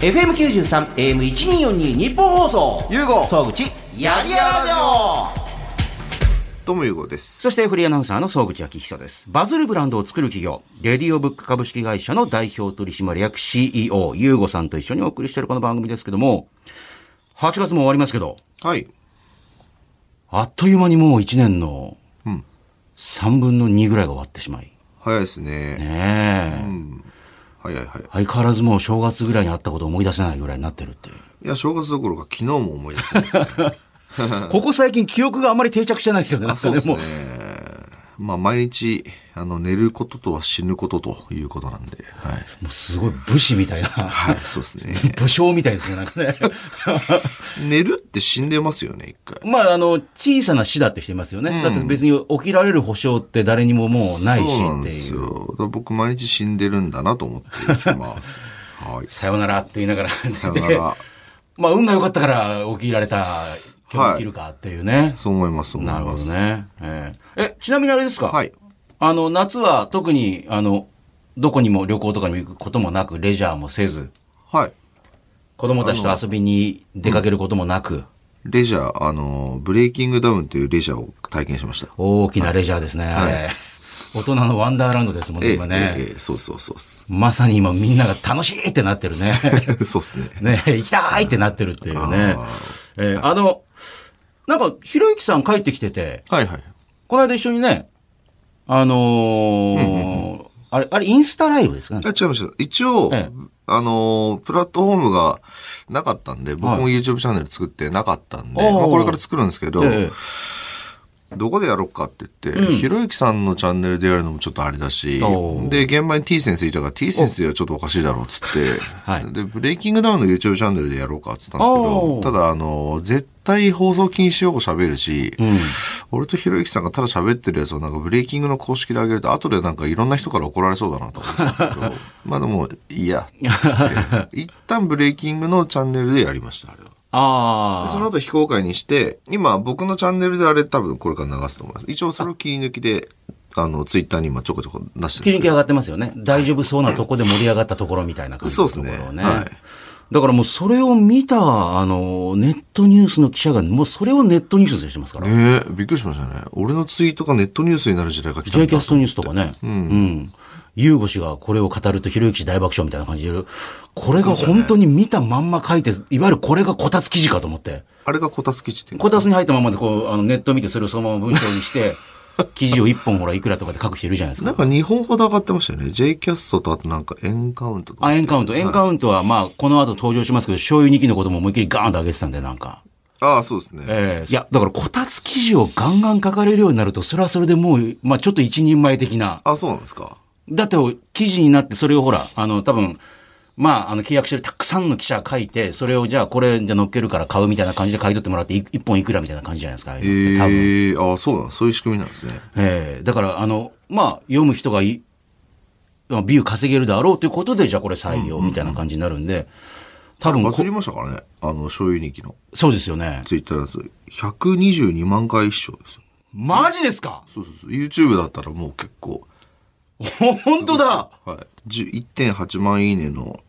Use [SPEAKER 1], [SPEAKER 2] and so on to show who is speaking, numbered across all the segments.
[SPEAKER 1] FM93、AM1242、日本放送。
[SPEAKER 2] ゆうご
[SPEAKER 1] 総口、やりやらじょ
[SPEAKER 2] どうもゆうごです。
[SPEAKER 3] そしてフリーアナウンサーの総口昭久です。バズるブランドを作る企業、レディオブック株式会社の代表取締役 CEO、ゆうごさんと一緒にお送りしているこの番組ですけども、8月も終わりますけど、
[SPEAKER 2] はい。
[SPEAKER 3] あっという間にもう1年の
[SPEAKER 2] うん。
[SPEAKER 3] 3分の2ぐらいが終わってしまい。
[SPEAKER 2] 早いですね。
[SPEAKER 3] ねえ。
[SPEAKER 2] 早い早い。
[SPEAKER 3] 相変わらずもう正月ぐらいにあったことを思い出せないぐらいになってるっていう。
[SPEAKER 2] いや、正月どころか昨日も思い出したんですよ
[SPEAKER 3] ここ最近記憶があんまり定着してないですよね。
[SPEAKER 2] あそうですね
[SPEAKER 3] なんか。
[SPEAKER 2] まあ、毎日、あの、寝ることとは死ぬことということなんで。はい。
[SPEAKER 3] もうもうすごい武士みたいな。
[SPEAKER 2] はい、そうですね。
[SPEAKER 3] 武将みたいですね、なんかね。
[SPEAKER 2] 寝るって死んでますよね、一回。
[SPEAKER 3] まあ、あの、小さな死だって人いますよね。だって別に起きられる保証って誰にももうないし
[SPEAKER 2] そうなん
[SPEAKER 3] っ
[SPEAKER 2] で
[SPEAKER 3] てい
[SPEAKER 2] す
[SPEAKER 3] う。
[SPEAKER 2] よ。だから僕、毎日死んでるんだなと思って生きて ます。はい。
[SPEAKER 3] さよならって言いながら
[SPEAKER 2] さ
[SPEAKER 3] 寝
[SPEAKER 2] よな
[SPEAKER 3] て、
[SPEAKER 2] ら。
[SPEAKER 3] まあ運が良かったから起きられた、今日起きるかっていうね。
[SPEAKER 2] そう思います、そう思
[SPEAKER 3] ないるほ
[SPEAKER 2] ま
[SPEAKER 3] ど
[SPEAKER 2] す。
[SPEAKER 3] ね。えええちなみにあれですか、
[SPEAKER 2] はい。
[SPEAKER 3] あの、夏は特に、あの、どこにも旅行とかにも行くこともなく、レジャーもせず、
[SPEAKER 2] はい。
[SPEAKER 3] 子供たちと遊びに出かけることもなく、
[SPEAKER 2] レジャー、あの、ブレイキングダウンというレジャーを体験しました。
[SPEAKER 3] 大きなレジャーですね、あれ大人のワンダーランドですもんね、今ね。
[SPEAKER 2] ええええそうそうそうっす。
[SPEAKER 3] まさに今みんなが楽しいってなってる ね。
[SPEAKER 2] そうっすね。
[SPEAKER 3] ね、行きたいってなってるっていうね
[SPEAKER 2] あ。
[SPEAKER 3] えーあの、なんか、ひろゆきさん帰ってきてて、
[SPEAKER 2] はいはい。
[SPEAKER 3] この間一緒にね、あのーあれ、あれ、インスタライブですかね
[SPEAKER 2] あ、。違いました。一応、
[SPEAKER 3] ええ
[SPEAKER 2] あのープラットフォームがなかったんで、僕も YouTube チャンネル作ってなかったんで、
[SPEAKER 3] おー
[SPEAKER 2] まあ、これから作るんですけど、
[SPEAKER 3] え
[SPEAKER 2] どこでやろうかって言って、ひろゆきさんのチャンネルでやるのもちょっとあれだし、
[SPEAKER 3] おー
[SPEAKER 2] で、現場に T 先生いたから、T 先生はちょっとおかしいだろうっつって、
[SPEAKER 3] はい
[SPEAKER 2] で、ブレイキングダウンの YouTube チャンネルでやろうかっつったんですけど
[SPEAKER 3] お、ー
[SPEAKER 2] ただ、あのー絶対放送禁止用語喋るし、
[SPEAKER 3] えうん。
[SPEAKER 2] 俺とひろゆきさんがただ喋ってるやつをなんかブレイキングの公式で上げると、後でなんかいろんな人から怒られそうだなと思ったんですけ ど、まあでも、いいや、つって。一旦ブレイキングのチャンネルでやりました、あれは。
[SPEAKER 3] あ
[SPEAKER 2] でその
[SPEAKER 3] あ。
[SPEAKER 2] 後非公開にして、今僕のチャンネルであれ多分これから流すと思います。一応それを切り抜きで、あの、ツイッターに今ちょこちょこ出して
[SPEAKER 3] 切
[SPEAKER 2] る
[SPEAKER 3] り抜
[SPEAKER 2] ん
[SPEAKER 3] き
[SPEAKER 2] です
[SPEAKER 3] 上がってますよね。大丈夫そうなとこで盛り上がったところみたいな感じのと
[SPEAKER 2] そ
[SPEAKER 3] こ
[SPEAKER 2] うですね
[SPEAKER 3] ろをね。
[SPEAKER 2] はい
[SPEAKER 3] だからもうそれを見た、あの、ネットニュースの記者が、もうそれをネットニュースでしてますから。
[SPEAKER 2] けど。ねえ、びっくりしましたね。俺のツイートがネットニュースになる時代が来た
[SPEAKER 3] J
[SPEAKER 2] ん
[SPEAKER 3] キャ
[SPEAKER 2] だ
[SPEAKER 3] ス。トニュースとかね。うん。ユーゴ氏がこれを語ると、ひろゆき氏大爆笑みたいな感じで、これが本当に見たまんま書いて、いわゆるこれがこたつ記事かと思って。
[SPEAKER 2] あれがこたつ基地っていうんで
[SPEAKER 3] こ
[SPEAKER 2] す
[SPEAKER 3] たつに入ったままで、こう、あの、ネット見て、それをそのまま文章にして、 記事を一本ほら、いくらとかで書く人いるじゃないです
[SPEAKER 2] なん
[SPEAKER 3] か。
[SPEAKER 2] か日本ほど上がってましたよね。J キャストとあとなんかエンカウントとか。
[SPEAKER 3] あ、エンカウント。エンカウントは、まあ、この後登場しますけど、醤油2期のことも思いっきりガーンと上げてたんで、なんか。
[SPEAKER 2] ああ、そうですね。
[SPEAKER 3] ええいや、だから、こたつ記事をガンガン書かれるようになると、それはそれでもう、まあ、ちょっと一人前的な。
[SPEAKER 2] あ、そうなんですか。
[SPEAKER 3] だって、記事になって、それをほら、あの、多分、まあ、あの、契約してるたくさんの記者書いて、それをじゃあ、これ、じゃあ乗っけるから買うみたいな感じで買い取ってもらって、い一本いくらみたいな感じじゃないですか。
[SPEAKER 2] え
[SPEAKER 3] 多分。
[SPEAKER 2] えあそうなん、そういう仕組みなんですね。
[SPEAKER 3] ええだから、あの、まあ、読む人がい、まあビュー稼げるだろうということで、じゃあこれ採用みたいな感じになるんで、多分
[SPEAKER 2] バ
[SPEAKER 3] こ
[SPEAKER 2] ズりましたからね。あの、醤油日記の
[SPEAKER 3] そうですよね。
[SPEAKER 2] ツイッターだと、122万回視聴ですよ。
[SPEAKER 3] マジですか
[SPEAKER 2] そうそうそう。YouTube だったらもう結構。
[SPEAKER 3] 本当だ
[SPEAKER 2] はい。10 1.8万いいねの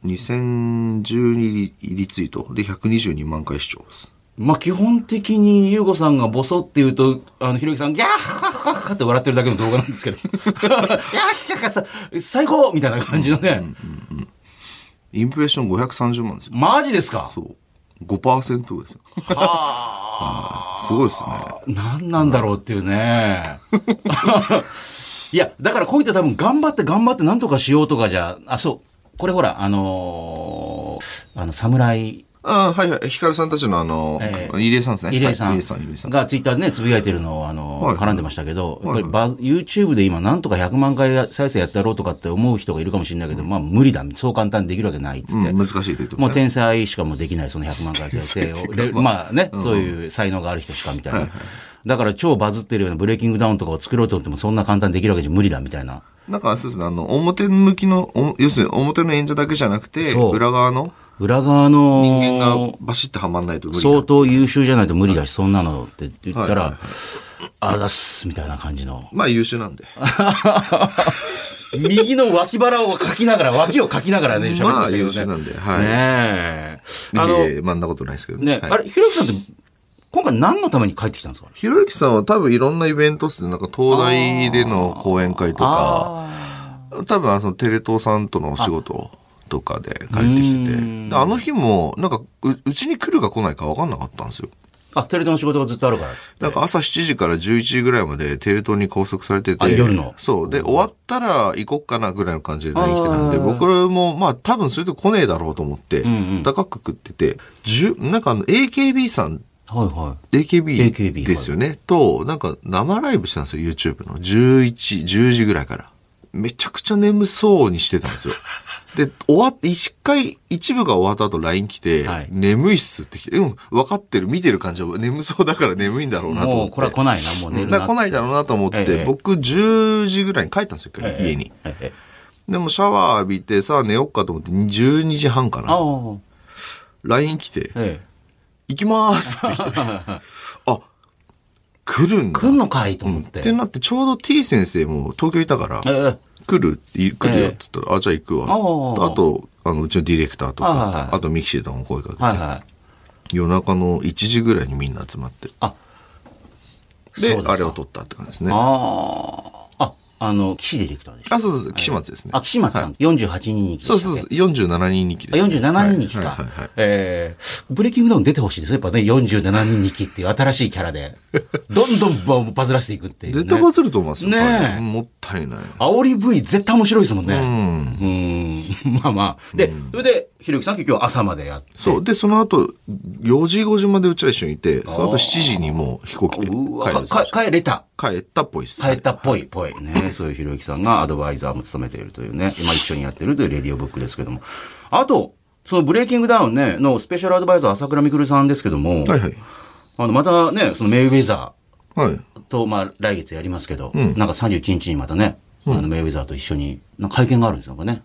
[SPEAKER 2] 2012リツイートで122万回視聴です。
[SPEAKER 3] まあ、基本的に、ゆうごさんがボソって言うと、あの、ひろゆきさん、ギャーハッハッハッハって笑ってるだけの動画なんですけど、ギャーハッハッハッ最高みたいな感じのね。
[SPEAKER 2] インプレッション530万ですよ。
[SPEAKER 3] マジですか
[SPEAKER 2] そう。5%ですよ。はいすごいですね。
[SPEAKER 3] 何なんだろうっていうね。いや、だからこういった多分頑張って頑張って何とかしようとかじゃ、あ、そう。これほら、あのーあの、侍、
[SPEAKER 2] ああ、はいはい。ヒカルさんたちのあの、
[SPEAKER 3] ええ
[SPEAKER 2] 入江さんですね。
[SPEAKER 3] 入江さん,、
[SPEAKER 2] はい入江さん、入江さん。
[SPEAKER 3] がツイッターでね、つぶやいてるのを、あのー
[SPEAKER 2] はい
[SPEAKER 3] 絡んでましたけど、やっぱり
[SPEAKER 2] はい
[SPEAKER 3] バズ、YouTube で今なんとか100万回再生やってやろうとかって思う人がいるかもしれないけど、まあ無理だ。そう簡単にできるわけないっつって。
[SPEAKER 2] うん、難しいと言って
[SPEAKER 3] も
[SPEAKER 2] ま
[SPEAKER 3] う
[SPEAKER 2] すね。
[SPEAKER 3] 天才しかもうできない、その100万回再 生を。でまあね、そういう才能がある人しかみたいな。だから超バズってるようなブレイキングダウンとかを作ろうと思ってもそんな簡単にできるわけじゃ無理だみたいな。
[SPEAKER 2] なんかそうですね、あの、表向きの、お要するに表の演者だけじゃなくて、
[SPEAKER 3] そう
[SPEAKER 2] 裏側の
[SPEAKER 3] 裏側
[SPEAKER 2] 人間が
[SPEAKER 3] の
[SPEAKER 2] バシッとはまんないと無理だ
[SPEAKER 3] 相当優秀じゃないと無理だし、そんなのって言った
[SPEAKER 2] はい
[SPEAKER 3] ら、あざっすみたいな感じの。
[SPEAKER 2] まあ優秀なんで。
[SPEAKER 3] 右の脇腹をかきながら、脇をかきながらね、喋って
[SPEAKER 2] まあ
[SPEAKER 3] たけどね
[SPEAKER 2] 優秀なんではい
[SPEAKER 3] ねえ。あ
[SPEAKER 2] あ
[SPEAKER 3] の、
[SPEAKER 2] の、まあ、んなことないですけど
[SPEAKER 3] ね、
[SPEAKER 2] はい
[SPEAKER 3] あれ、ひろゆきさんって、今回何のために帰ってきたんですか
[SPEAKER 2] ひろゆきさんは多分いろんなイベントっすね。なんか東大での講演会とか、多分あのテレ東さんとのお仕事とかで帰ってきて
[SPEAKER 3] う
[SPEAKER 2] て
[SPEAKER 3] ん、
[SPEAKER 2] であの日もなんかううちに来るか来ないか分かんなかったんですよ。
[SPEAKER 3] あ、テレ東の仕事がずっとあるからです。
[SPEAKER 2] なんか朝7時から11時ぐらいまでテレ東に拘束されて
[SPEAKER 3] あ
[SPEAKER 2] て。
[SPEAKER 3] 夜の
[SPEAKER 2] そう。で、終わったら行こっかなぐらいの感じで LINE 来てたんで、
[SPEAKER 3] あー
[SPEAKER 2] 僕もまあ多分そういうとこ来ねえだろうと思って
[SPEAKER 3] んうん、
[SPEAKER 2] 高く食ってて、じゅなんかあの AKB さん
[SPEAKER 3] はいは AKB
[SPEAKER 2] AKB ですよね、と、なんか生ライブしたんですよ、YouTube の。11、10時ぐらいから。めちゃくちゃ眠そうにしてたんですよ。で、終わって、一回、一部が終わった後 LIne 来て、
[SPEAKER 3] はい
[SPEAKER 2] 眠いっすって来て、うん、分かってる、見てる感じは眠そうだから眠いんだろうなと思っ
[SPEAKER 3] も
[SPEAKER 2] て。
[SPEAKER 3] う、これは来ないな、もう寝る
[SPEAKER 2] だ
[SPEAKER 3] な。
[SPEAKER 2] から来ないだろうなと思って、
[SPEAKER 3] ええ
[SPEAKER 2] 僕10時ぐらいに帰ったんですよ、今日家に。
[SPEAKER 3] ええ。
[SPEAKER 2] でもシャワー浴びて、さあ寝よっかと思って、12時半か
[SPEAKER 3] あ
[SPEAKER 2] な。
[SPEAKER 3] あ、
[SPEAKER 2] LINE 来て、
[SPEAKER 3] ええ。
[SPEAKER 2] 行きまーすって来 て、あ、来るんだ。
[SPEAKER 3] 来んのかいと思っ。
[SPEAKER 2] っててなって、ちょうど T 先生も東京いたから、
[SPEAKER 3] ええ。
[SPEAKER 2] 来るい来るよっつったら、あ、じゃあ行くわ。
[SPEAKER 3] ああ
[SPEAKER 2] あと、あの、うちのディレクターと
[SPEAKER 3] あはいはい
[SPEAKER 2] か、あとミキシーとかも声かけて、
[SPEAKER 3] はいはい。
[SPEAKER 2] 夜中の1時ぐらいにみんな集まって、
[SPEAKER 3] あ、
[SPEAKER 2] で、
[SPEAKER 3] そうですか
[SPEAKER 2] あれを撮ったって感じですね。あ、
[SPEAKER 3] ああ、あ、あの、岸ディレクターでしょ。
[SPEAKER 2] そうそうそう、岸松ですね。
[SPEAKER 3] あ、岸松さん、48人に来
[SPEAKER 2] そうそうそう、47人に来で
[SPEAKER 3] あ
[SPEAKER 2] すね、
[SPEAKER 3] 47人に来
[SPEAKER 2] はい
[SPEAKER 3] た
[SPEAKER 2] はいはいはい。。
[SPEAKER 3] えーブレイキングダウン出てほしいですね。やっぱね、47人に来っていう新しいキャラ で、どんどんババズらせていくっていう、ね。
[SPEAKER 2] 絶対バズると思いますよ。
[SPEAKER 3] ねえ
[SPEAKER 2] やっぱりもったいない。
[SPEAKER 3] 煽り V 絶対面白いですもんね。
[SPEAKER 2] うん。
[SPEAKER 3] うん。 まあまあ。で、それで、ひろゆきさん結局朝までやって。
[SPEAKER 2] そう。で、その後、4時5時までうちら一緒にいて、その後7時にもう飛行機で帰る
[SPEAKER 3] うわ
[SPEAKER 2] んですよ
[SPEAKER 3] かか帰れた。
[SPEAKER 2] 帰ったっぽいです。
[SPEAKER 3] 帰ったっぽい、ぽい。ね。そういうひろゆきさんがアドバイザーも務めているというね、今一緒にやってるというレディオブックですけども。あと、そのブレイキングダウンね、のスペシャルアドバイザー朝倉みくるさんですけども、
[SPEAKER 2] はいはい。
[SPEAKER 3] あの、またね、そのメイウェザ
[SPEAKER 2] はい。
[SPEAKER 3] ーと、まあ来月やりますけど、
[SPEAKER 2] うん
[SPEAKER 3] なんか31日にまたね、あのメイウェザーと一緒に、なんか会見があるんですよなんかね。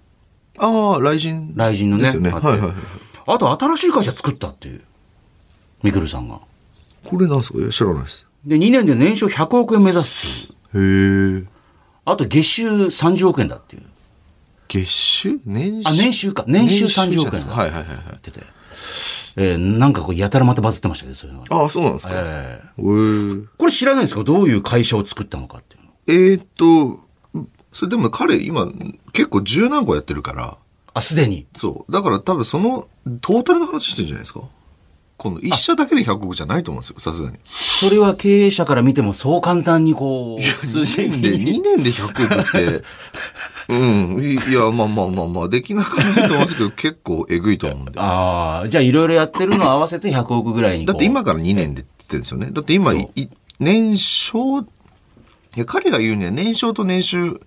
[SPEAKER 2] ああ、雷神。
[SPEAKER 3] 雷神のね
[SPEAKER 2] ですよね。
[SPEAKER 3] あ
[SPEAKER 2] は
[SPEAKER 3] って
[SPEAKER 2] いはいはい。
[SPEAKER 3] あと新しい会社作ったっていう、みくるさんが。
[SPEAKER 2] これなんすかいや、知らないです。
[SPEAKER 3] で、2年で年商100億円目指すっていう。
[SPEAKER 2] へえ。
[SPEAKER 3] あと月収30億円だっていう。
[SPEAKER 2] 月収年収
[SPEAKER 3] あ、年収か。年収30億
[SPEAKER 2] じゃないで
[SPEAKER 3] 円
[SPEAKER 2] す
[SPEAKER 3] だ。
[SPEAKER 2] かはいはいはいはい
[SPEAKER 3] やっ。てて。えーなんかこう、やたらまたバズってましたけど、そういうのが。
[SPEAKER 2] ああ、そうなんですか。
[SPEAKER 3] えー
[SPEAKER 2] えー、
[SPEAKER 3] これ知らないんですかどういう会社を作ったのかっていうの。
[SPEAKER 2] えーっと、それでも彼今結構十何個やってるから、
[SPEAKER 3] あ、すでに。
[SPEAKER 2] そう。だから多分そのトータルの話してるんじゃないですか。この一社だけで100億じゃないと思うんですよ、さすがに。
[SPEAKER 3] それは経営者から見てもそう簡単にこう、数字的
[SPEAKER 2] 2年で、
[SPEAKER 3] に。
[SPEAKER 2] 2年で100億 って、うん、いいや、まあまあまあまあ、できなくはないと思うんですけど、結構えぐいと思うんで。
[SPEAKER 3] ああ、じゃあいろいろやってるのを合わせて100億ぐらいにこ
[SPEAKER 2] だ
[SPEAKER 3] う。
[SPEAKER 2] って今から2年でって言ってるんですよね。だって今、
[SPEAKER 3] そう
[SPEAKER 2] い年商、いや、彼が言うには年商と年収、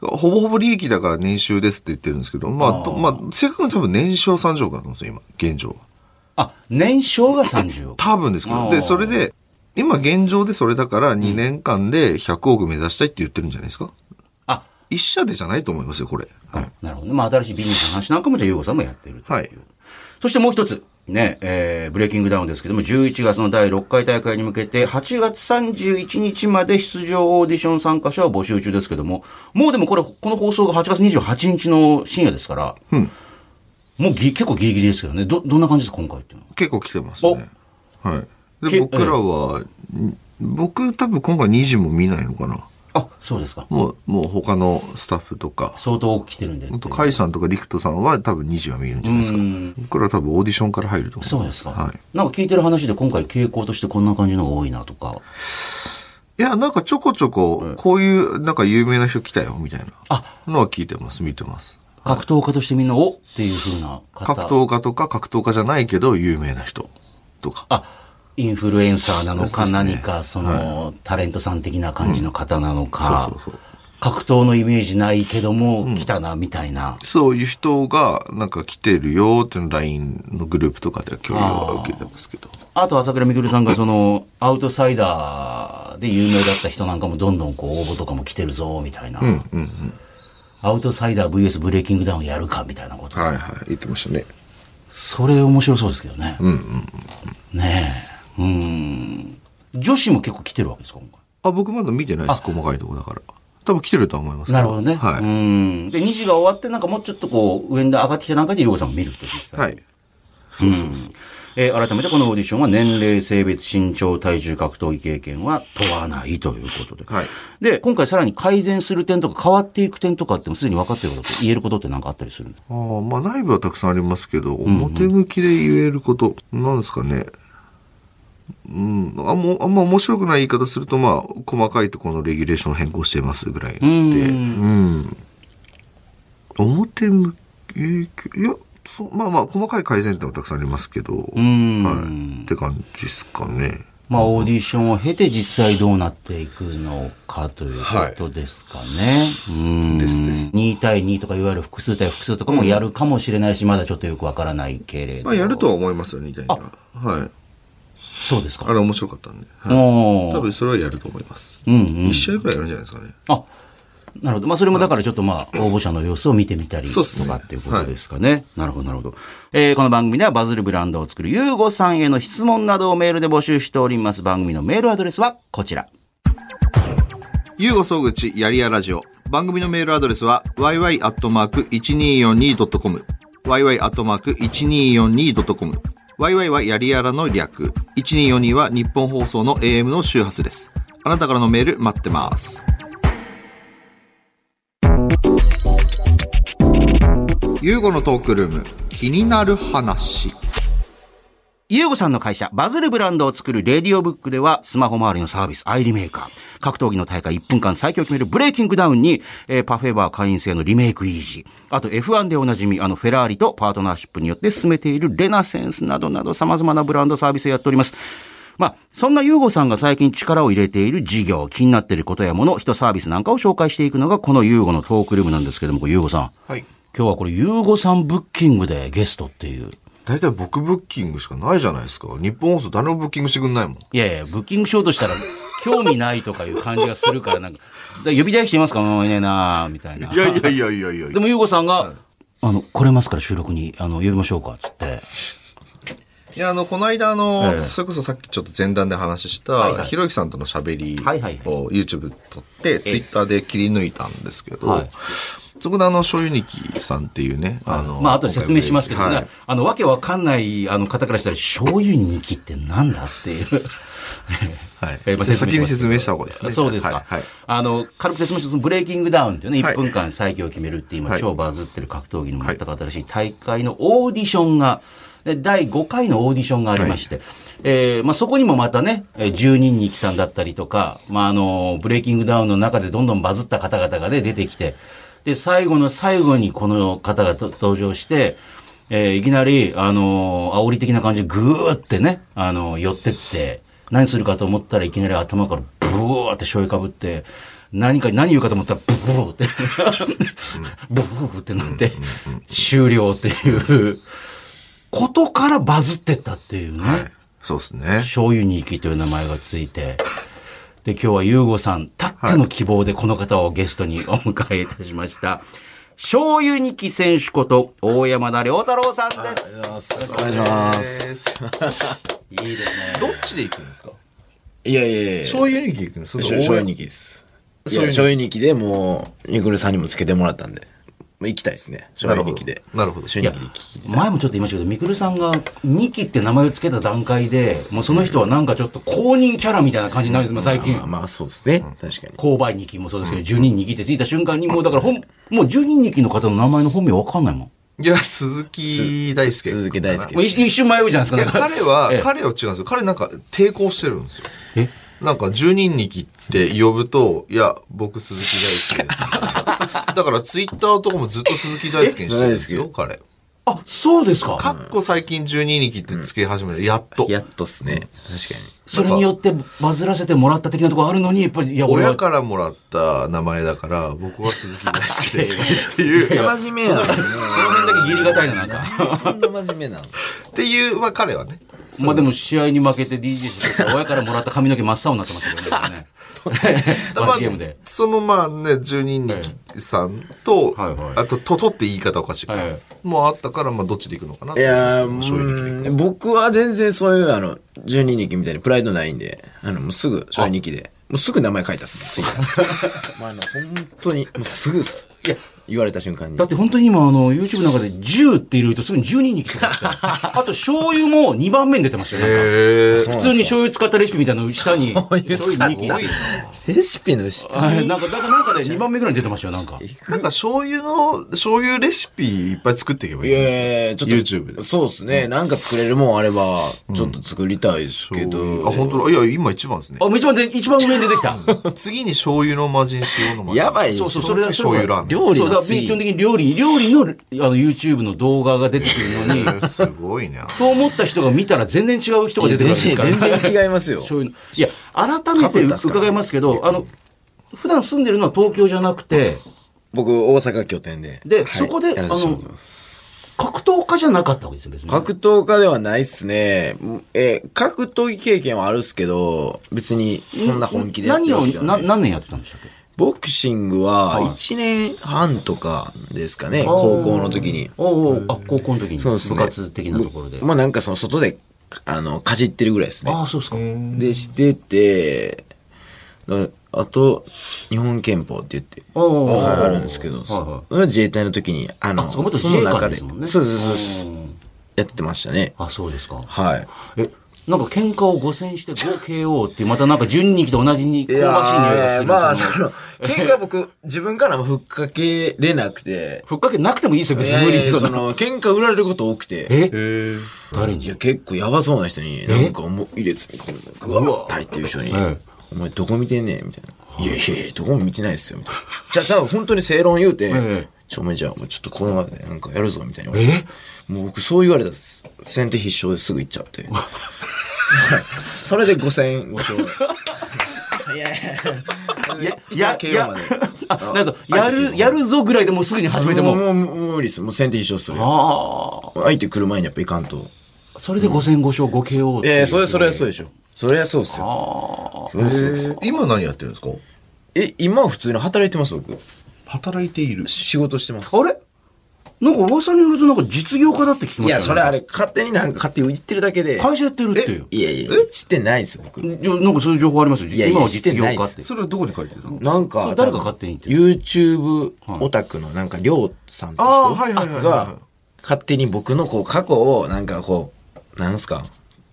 [SPEAKER 2] ほぼほぼ利益だから年収ですって言ってるんですけど、まあ、とまあ、正確に多分年商30億だと思うんですよ、今、現状は。
[SPEAKER 3] あ、年商が30億。
[SPEAKER 2] 多分ですけ
[SPEAKER 3] あ
[SPEAKER 2] ど。
[SPEAKER 3] ー
[SPEAKER 2] で、それで、今現状でそれだから2年間で100億目指したいって言ってるんじゃないですか。
[SPEAKER 3] あ、
[SPEAKER 2] 一社でじゃないと思いますよ、これ。はい。
[SPEAKER 3] なるほどね。まあ新しいビジネスの話なんかもじゃあ、ゆうごさんもやってるという。
[SPEAKER 2] はい
[SPEAKER 3] そしてもう一つ。ね、えー、ブレイキングダウンですけども、11月の第6回大会に向けて、8月31日まで出場オーディション参加者を募集中ですけども、もうでもこれ、この放送が8月28日の深夜ですから、
[SPEAKER 2] ん
[SPEAKER 3] もうぎ結構ギリギリですけどね、ど、どんな感じですか、今回っていうのは。
[SPEAKER 2] 結構来てますね。はい。
[SPEAKER 3] け
[SPEAKER 2] で、僕らは、ん僕多分今回2時も見ないのかな。
[SPEAKER 3] あ、そうですか。
[SPEAKER 2] もう、もう他のスタッフとか、
[SPEAKER 3] 相当来てるんでってい
[SPEAKER 2] ほ。
[SPEAKER 3] うん
[SPEAKER 2] と、カイさんとかリクトさんは多分2時は見えるんじゃないですか
[SPEAKER 3] う。ん
[SPEAKER 2] 僕らは多分オーディションから入ると思う。
[SPEAKER 3] そうですか。
[SPEAKER 2] はい。
[SPEAKER 3] なんか聞いてる話で今回傾向としてこんな感じのが多いなとか。
[SPEAKER 2] いや、なんかちょこちょこ、こういう、なんか有名な人来たよ、みたい
[SPEAKER 3] あ
[SPEAKER 2] なのは聞いてます、見てます。
[SPEAKER 3] 格闘家としてみんな、おっていう風な方。
[SPEAKER 2] 格闘家とか、格闘家じゃないけど、有名な人とか。
[SPEAKER 3] あ、インフルエンサーなの
[SPEAKER 2] そう
[SPEAKER 3] か、
[SPEAKER 2] ですね
[SPEAKER 3] 何か、その、タレントさん的な感じの方なのか、
[SPEAKER 2] そうそうそう。
[SPEAKER 3] 格闘のイメージないけども、来たな、みたいな。
[SPEAKER 2] そういう人が、なんか来てるよっていうの LINE のグループとかでは共有は受けてますけど。
[SPEAKER 3] あと、朝倉みくるさんが、その、アウトサイダーで有名だった人なんかも、どんどんこう、応募とかも来てるぞ、みたいな。アウトサイダー VS ブレイキングダウンやるか、みたいなこと。
[SPEAKER 2] はいはい、言ってましたね。
[SPEAKER 3] それ面白そうですけどね。ねえ。うん。女子も結構来てるわけですか、今回。
[SPEAKER 2] あ、僕まだ見てないです、細かいとこだから。多分来てるとは思いますけ
[SPEAKER 3] なるほどね。
[SPEAKER 2] は
[SPEAKER 3] うん。で、2時が終わって、なんかもうちょっとこう、上に上がってきた中で、ようさんを見ると実
[SPEAKER 2] い。
[SPEAKER 3] 際。
[SPEAKER 2] はい。
[SPEAKER 3] うんえー改めてこのオーディションは年齢、性別、身長、体重、格闘技経験は問わないということで。
[SPEAKER 2] はい。
[SPEAKER 3] で、今回さらに改善する点とか変わっていく点とかってもうすでに分かってることと言えることって何かあったりするの
[SPEAKER 2] あーまあ内部はたくさんありますけど、表向きで言えること、なんですかね。うん、あんまあんま面白くない言い方すると、まあ、細かいところのレギュレーション変更してますぐらいで、
[SPEAKER 3] うん
[SPEAKER 2] うん表向き、いや、そうまあまあ、細かい改善点はたくさんありますけど、
[SPEAKER 3] ん
[SPEAKER 2] はい。って感じですかね。
[SPEAKER 3] まあ、オーディションを経て実際どうなっていくのかということですかね。うん
[SPEAKER 2] ですです
[SPEAKER 3] 2対2とかいわゆる複数対複数とかもやるかもしれないし、まだちょっとよく分からないけれど。
[SPEAKER 2] まあ、やるとは思いますよ、2対2は。はい。
[SPEAKER 3] そうです
[SPEAKER 2] あ
[SPEAKER 3] か。
[SPEAKER 2] れ面白かったんで。はい
[SPEAKER 3] おー
[SPEAKER 2] 多分それはやると思います。
[SPEAKER 3] うんうん
[SPEAKER 2] 1試合ぐらいやるんじゃないですかね。
[SPEAKER 3] あなるほど。まあ、それもだからちょっとまあ、応募者の様子を見てみたり
[SPEAKER 2] そ
[SPEAKER 3] と
[SPEAKER 2] うっすね
[SPEAKER 3] かっていうことですかね。なるほど、なるほど。えーこの番組ではバズるブランドを作るゆうごさんへの質問などをメールで募集しております。番組のメールアドレスはこちら。
[SPEAKER 2] ゆうご総口やりやラジオ。番組のメールアドレスは yy.1242.com。yy.1242.com。yy はやりやらの略。1242は日本放送の AM の周波数です。あなたからのメール待ってます。ゆうごのトークルーム、気になる話。
[SPEAKER 3] ゆうごさんの会社、バズるブランドを作るレディオブックでは、スマホ周りのサービス、アイリメーカー、格闘技の大会1分間最強を決めるブレイキングダウンに、えーパフェバー会員制のリメイクイージー、あと F1 でおなじみ、あのフェラーリとパートナーシップによって進めているレナセンスなどなど様々なブランドサービスをやっております。まあ、そんなゆうごさんが最近力を入れている事業、気になっていることやもの、人サービスなんかを紹介していくのが、このゆうごのトークルームなんですけども、これゆうごさん。
[SPEAKER 2] はい。
[SPEAKER 3] 今日はこれ、ゆうごさんブッキングでゲストっていう。
[SPEAKER 2] 大体僕ブッキングしかないじゃないですか。日本放送誰もブッキングしてくんないもん。
[SPEAKER 3] いやいや、ブッキングしようとしたら、興味ないとかいう感じがするから、なんか、だから呼び出していますかもういねえなあみたいな。
[SPEAKER 2] いやいやいやいやいやい
[SPEAKER 3] で
[SPEAKER 2] や。
[SPEAKER 3] も、ゆうごさんが、あの、来れますから収録に、あの、呼びましょうか、つって。
[SPEAKER 2] いや、あの、この間、あの、
[SPEAKER 3] ええ
[SPEAKER 2] それこそさっきちょっと前段で話した、
[SPEAKER 3] はいはい
[SPEAKER 2] ひろゆきさんとの喋り
[SPEAKER 3] はいはいは
[SPEAKER 2] を YouTube 撮って、Twitter で切り抜いたんですけど、
[SPEAKER 3] はい
[SPEAKER 2] そこであの、小ユニキさんっていうね、あの、
[SPEAKER 3] まあ、後で説明しますけどね、
[SPEAKER 2] はい
[SPEAKER 3] あの、わけわかんない、あの、方からしたら、醤油にきってなんだっていう。
[SPEAKER 2] はい
[SPEAKER 3] えーまあ
[SPEAKER 2] で先に
[SPEAKER 3] します
[SPEAKER 2] 説明した方がいいですね。
[SPEAKER 3] そうですか。
[SPEAKER 2] はい。はい
[SPEAKER 3] あの、軽く説明して、そのブレイキングダウンっていうね、
[SPEAKER 2] はい
[SPEAKER 3] 1分間最強を決めるって今、
[SPEAKER 2] はい
[SPEAKER 3] 超バズってる格闘技の全く新しい大会のオーディションが、で第5回のオーディションがありまして、えーまあ、そこにもまたね、えー10人にきさんだったりとか、まあ、あの、ブレイキングダウンの中でどんどんバズった方々がね、出てきて、で、最後の最後にこの方がと登場して、えーいきなり、あのー煽り的な感じでぐーってね、あのー寄ってって、何するかと思ったらいきなり頭からブワーって醤油かぶって、何か、何言うかと思ったらブブーって、ブブーってなって、終了っていう、ことからバズってったっていうね。
[SPEAKER 2] そうですね。
[SPEAKER 3] 醤油に行きという名前がついて、で、今日はゆうごさん、たっての希望でこの方をゲストにお迎えいたしました。醤油にき選手こと、大山田良太郎さんです。
[SPEAKER 4] お願いします。
[SPEAKER 3] いいですね。
[SPEAKER 2] どっちで行くんですか
[SPEAKER 4] いやいやいや。
[SPEAKER 2] 小ユニキ行くんですか
[SPEAKER 4] 醤油にきです。いや、醤油にきでもう、ニクルさんにもつけてもらったんで。もう行きたいですね。醤油にきで。
[SPEAKER 2] なるほどなるほど
[SPEAKER 4] 醤油にきで聞き
[SPEAKER 3] 前もちょっと言いましたけど、みくるさんが2期って名前を付けた段階で、もうその人はなんかちょっと公認キャラみたいな感じになるんですもん、最近
[SPEAKER 4] まあ。まあ、そうですね。確かに。
[SPEAKER 3] 購買2期もそうですけど、10人2期ってついた瞬間に、もうだから本、もう10人2期の方の名前の本名わかんないもん。
[SPEAKER 2] いや、鈴木大輔。
[SPEAKER 4] 鈴木大輔
[SPEAKER 3] もう一一瞬迷うじゃないですか、
[SPEAKER 2] い
[SPEAKER 3] な
[SPEAKER 2] や
[SPEAKER 3] んか
[SPEAKER 2] 彼は、
[SPEAKER 3] ええ
[SPEAKER 2] 彼は違うんですよ。彼なんか抵抗してるんですよ。
[SPEAKER 3] え
[SPEAKER 2] なんか、10人に切って呼ぶと、いや、僕鈴木大輔です、だから、ツイッターとかもずっと鈴木大輔にしてるんです
[SPEAKER 4] え
[SPEAKER 2] よ、彼。
[SPEAKER 3] あ、そうですか。
[SPEAKER 2] かっこ最近12人切ってつけ始めた。やっと。
[SPEAKER 4] やっとっすね。確かに。
[SPEAKER 3] それによってバズらせてもらった的なところあるのに、やっぱり、いや、俺は
[SPEAKER 2] 親からもらった名前だから、僕は鈴木大輔ですっていう、っ
[SPEAKER 4] 真面目やな。
[SPEAKER 3] その辺だけ義理がたいな、なんか。
[SPEAKER 4] そんな真面目なの。
[SPEAKER 2] ていう、まあ彼はね。
[SPEAKER 3] まあでも試合に負けて DJ して親からもらった髪の毛真っ青になってましたけどね。
[SPEAKER 2] ま
[SPEAKER 3] 罰
[SPEAKER 2] あ
[SPEAKER 3] ゲームで。
[SPEAKER 2] そのまあね、10人にさんと、
[SPEAKER 3] はいはい
[SPEAKER 2] あと、ととって言い方おかしいから、
[SPEAKER 3] はいはい
[SPEAKER 2] もうあったから、まあどっちで行くのかなっ
[SPEAKER 4] い
[SPEAKER 2] て
[SPEAKER 4] やー、
[SPEAKER 2] 思うんですけど正直
[SPEAKER 4] うーん僕は全然そういう、あの、12人きみたいにプライドないんで、あの、もうすぐ醤油にきで。もうすぐ名前書いたっすもん、ツイッター。まあ、あの、本当に、もうすぐっす。
[SPEAKER 3] いや
[SPEAKER 4] 言われた瞬間に
[SPEAKER 3] だっ。て本当に今、あの、YouTube の中で10って入れるとすぐに12に来てたんですよ。 あと醤油も2番目に出てましたよ。なんか
[SPEAKER 2] え
[SPEAKER 4] そ
[SPEAKER 3] 普
[SPEAKER 4] うなん
[SPEAKER 3] 通
[SPEAKER 4] です
[SPEAKER 3] に醤油使ったレシピみたいなの下に。醤油2個。
[SPEAKER 4] レシピの下
[SPEAKER 3] はいなんか、だからなんかで2番目ぐらいに出てましたよ、なんか。
[SPEAKER 2] なんか醤油の、醤油レシピいっぱい作っていけばい
[SPEAKER 4] い
[SPEAKER 2] いんですよ
[SPEAKER 4] やいやちょっと。
[SPEAKER 2] YouTube で。
[SPEAKER 4] そうですね。なんか作れるもんあれば、ちょっと作りたいですけど。
[SPEAKER 2] あ、本当だ。いや、今一番ですね。
[SPEAKER 3] あ、もう一番で、一番上に出てきた。
[SPEAKER 2] 次に醤油の魔人、塩の魔人。
[SPEAKER 4] やばい
[SPEAKER 3] そうそう、
[SPEAKER 2] そ
[SPEAKER 3] それ
[SPEAKER 2] の次醤油ラーメン。
[SPEAKER 4] 料理
[SPEAKER 3] そ
[SPEAKER 4] の
[SPEAKER 3] うだから
[SPEAKER 4] 次
[SPEAKER 3] 基本的に料理、料理の、あの、YouTube の動画が出てくるのに、
[SPEAKER 2] すごいね。
[SPEAKER 3] そう思った人が見たら全然違う人が
[SPEAKER 4] いや
[SPEAKER 3] 出てくる
[SPEAKER 4] 全
[SPEAKER 3] んですから。
[SPEAKER 4] 然、全然違いますよ。
[SPEAKER 3] 醤油のいや、改めて伺いますけど、あの、普段住んでるのは東京じゃなくて、
[SPEAKER 4] 僕、大阪拠点で。
[SPEAKER 3] でそこで
[SPEAKER 4] やらせてもらってます
[SPEAKER 3] 格闘家じゃなかったわけですよ、別に。
[SPEAKER 4] 格闘家ではないっすね。えー、格闘技経験はあるっすけど、別にそんな本気でやって
[SPEAKER 3] 何
[SPEAKER 4] るわ
[SPEAKER 3] を
[SPEAKER 4] けじゃな
[SPEAKER 3] ない
[SPEAKER 4] っす
[SPEAKER 3] 何年やってたんでしたっけ
[SPEAKER 4] ボクシング
[SPEAKER 3] はい
[SPEAKER 4] は1年半とかですかね、高校の時に。
[SPEAKER 3] おうおうあ高校の時に
[SPEAKER 4] そうですね。
[SPEAKER 3] 部活的なところで、
[SPEAKER 4] まあなんかその外で、あの、かじってるぐらいですね。
[SPEAKER 3] ああそうですか
[SPEAKER 4] で、してて、だあと、日本憲法って言って、
[SPEAKER 3] おうおうおう
[SPEAKER 4] あるんですけ
[SPEAKER 3] は
[SPEAKER 4] ど、
[SPEAKER 3] いはい
[SPEAKER 4] それは自衛隊の時に、あの、
[SPEAKER 3] あそうか元自衛官ですもんね
[SPEAKER 4] そうそうそうそうう、
[SPEAKER 3] ん
[SPEAKER 4] やってましたね。
[SPEAKER 3] あそうですか
[SPEAKER 4] はい。
[SPEAKER 3] えなんか喧嘩を5戦して 5KO ってまたなんか12人と同じに香ばしい匂いがする
[SPEAKER 4] まあ、
[SPEAKER 3] その
[SPEAKER 4] その、喧嘩僕、自分からもふっかけれなくて、
[SPEAKER 3] ふっかけなくてもいいですよ
[SPEAKER 4] い
[SPEAKER 3] 別
[SPEAKER 4] や
[SPEAKER 3] に無
[SPEAKER 4] いや
[SPEAKER 3] 理
[SPEAKER 4] そ
[SPEAKER 3] その
[SPEAKER 4] の、喧嘩売られること多くて、
[SPEAKER 3] え
[SPEAKER 2] えー
[SPEAKER 3] 誰に
[SPEAKER 4] いや、結構やばそうな人に、なんかもう入れつみ込んで、ぐわーって入ってる人に
[SPEAKER 3] ええ、
[SPEAKER 4] お前どこ見てんねんみたいな。いやいやいや、どこも見てないですよ、みたいな。じゃあ、多分本当に正論言う
[SPEAKER 3] え
[SPEAKER 4] て、ちょ、お前じゃあ、もうちょっとこの中でなんかやるぞ、みたいな。
[SPEAKER 3] え
[SPEAKER 4] もう僕そう言われたら、先手必勝ですぐ行っちゃって。それで5戦5勝。いやいやいや。いや、いや、まで。
[SPEAKER 3] あなんかやるやるぞぐらいでもうすぐに始めても
[SPEAKER 4] もう、もう、もう無理です。もう先手必勝する。
[SPEAKER 3] あ
[SPEAKER 4] 相手来る前にやっぱいかんと。
[SPEAKER 3] あそれで5戦5勝 5KO っていう
[SPEAKER 4] ええ、それ、それはそうでしょ。それはそうですよ。そうそうそう
[SPEAKER 2] 今何やってるんですか
[SPEAKER 4] え、今は普通に働いてます、僕。
[SPEAKER 2] 働いている。
[SPEAKER 4] 仕事してます。
[SPEAKER 3] あれなんか噂によるとなんか実業家だって聞きましたよね
[SPEAKER 4] いや、それあれ、勝手になんか勝手に言ってるだけで。
[SPEAKER 3] 会社やってるっていう。
[SPEAKER 4] いやいや、してないです、僕。
[SPEAKER 3] いやなんかそういう情報ありますよ。
[SPEAKER 4] いやいや
[SPEAKER 3] 今は実業家
[SPEAKER 4] し
[SPEAKER 3] って。
[SPEAKER 2] それはどこに書いてたの
[SPEAKER 4] なんか、
[SPEAKER 3] 誰が勝手に言ってる
[SPEAKER 4] YouTube オタクのなんか、りょうさんって
[SPEAKER 2] あー
[SPEAKER 4] 人
[SPEAKER 2] はいはいはいはい
[SPEAKER 4] が、勝手に僕のこう、過去をなんかこう、なんすか、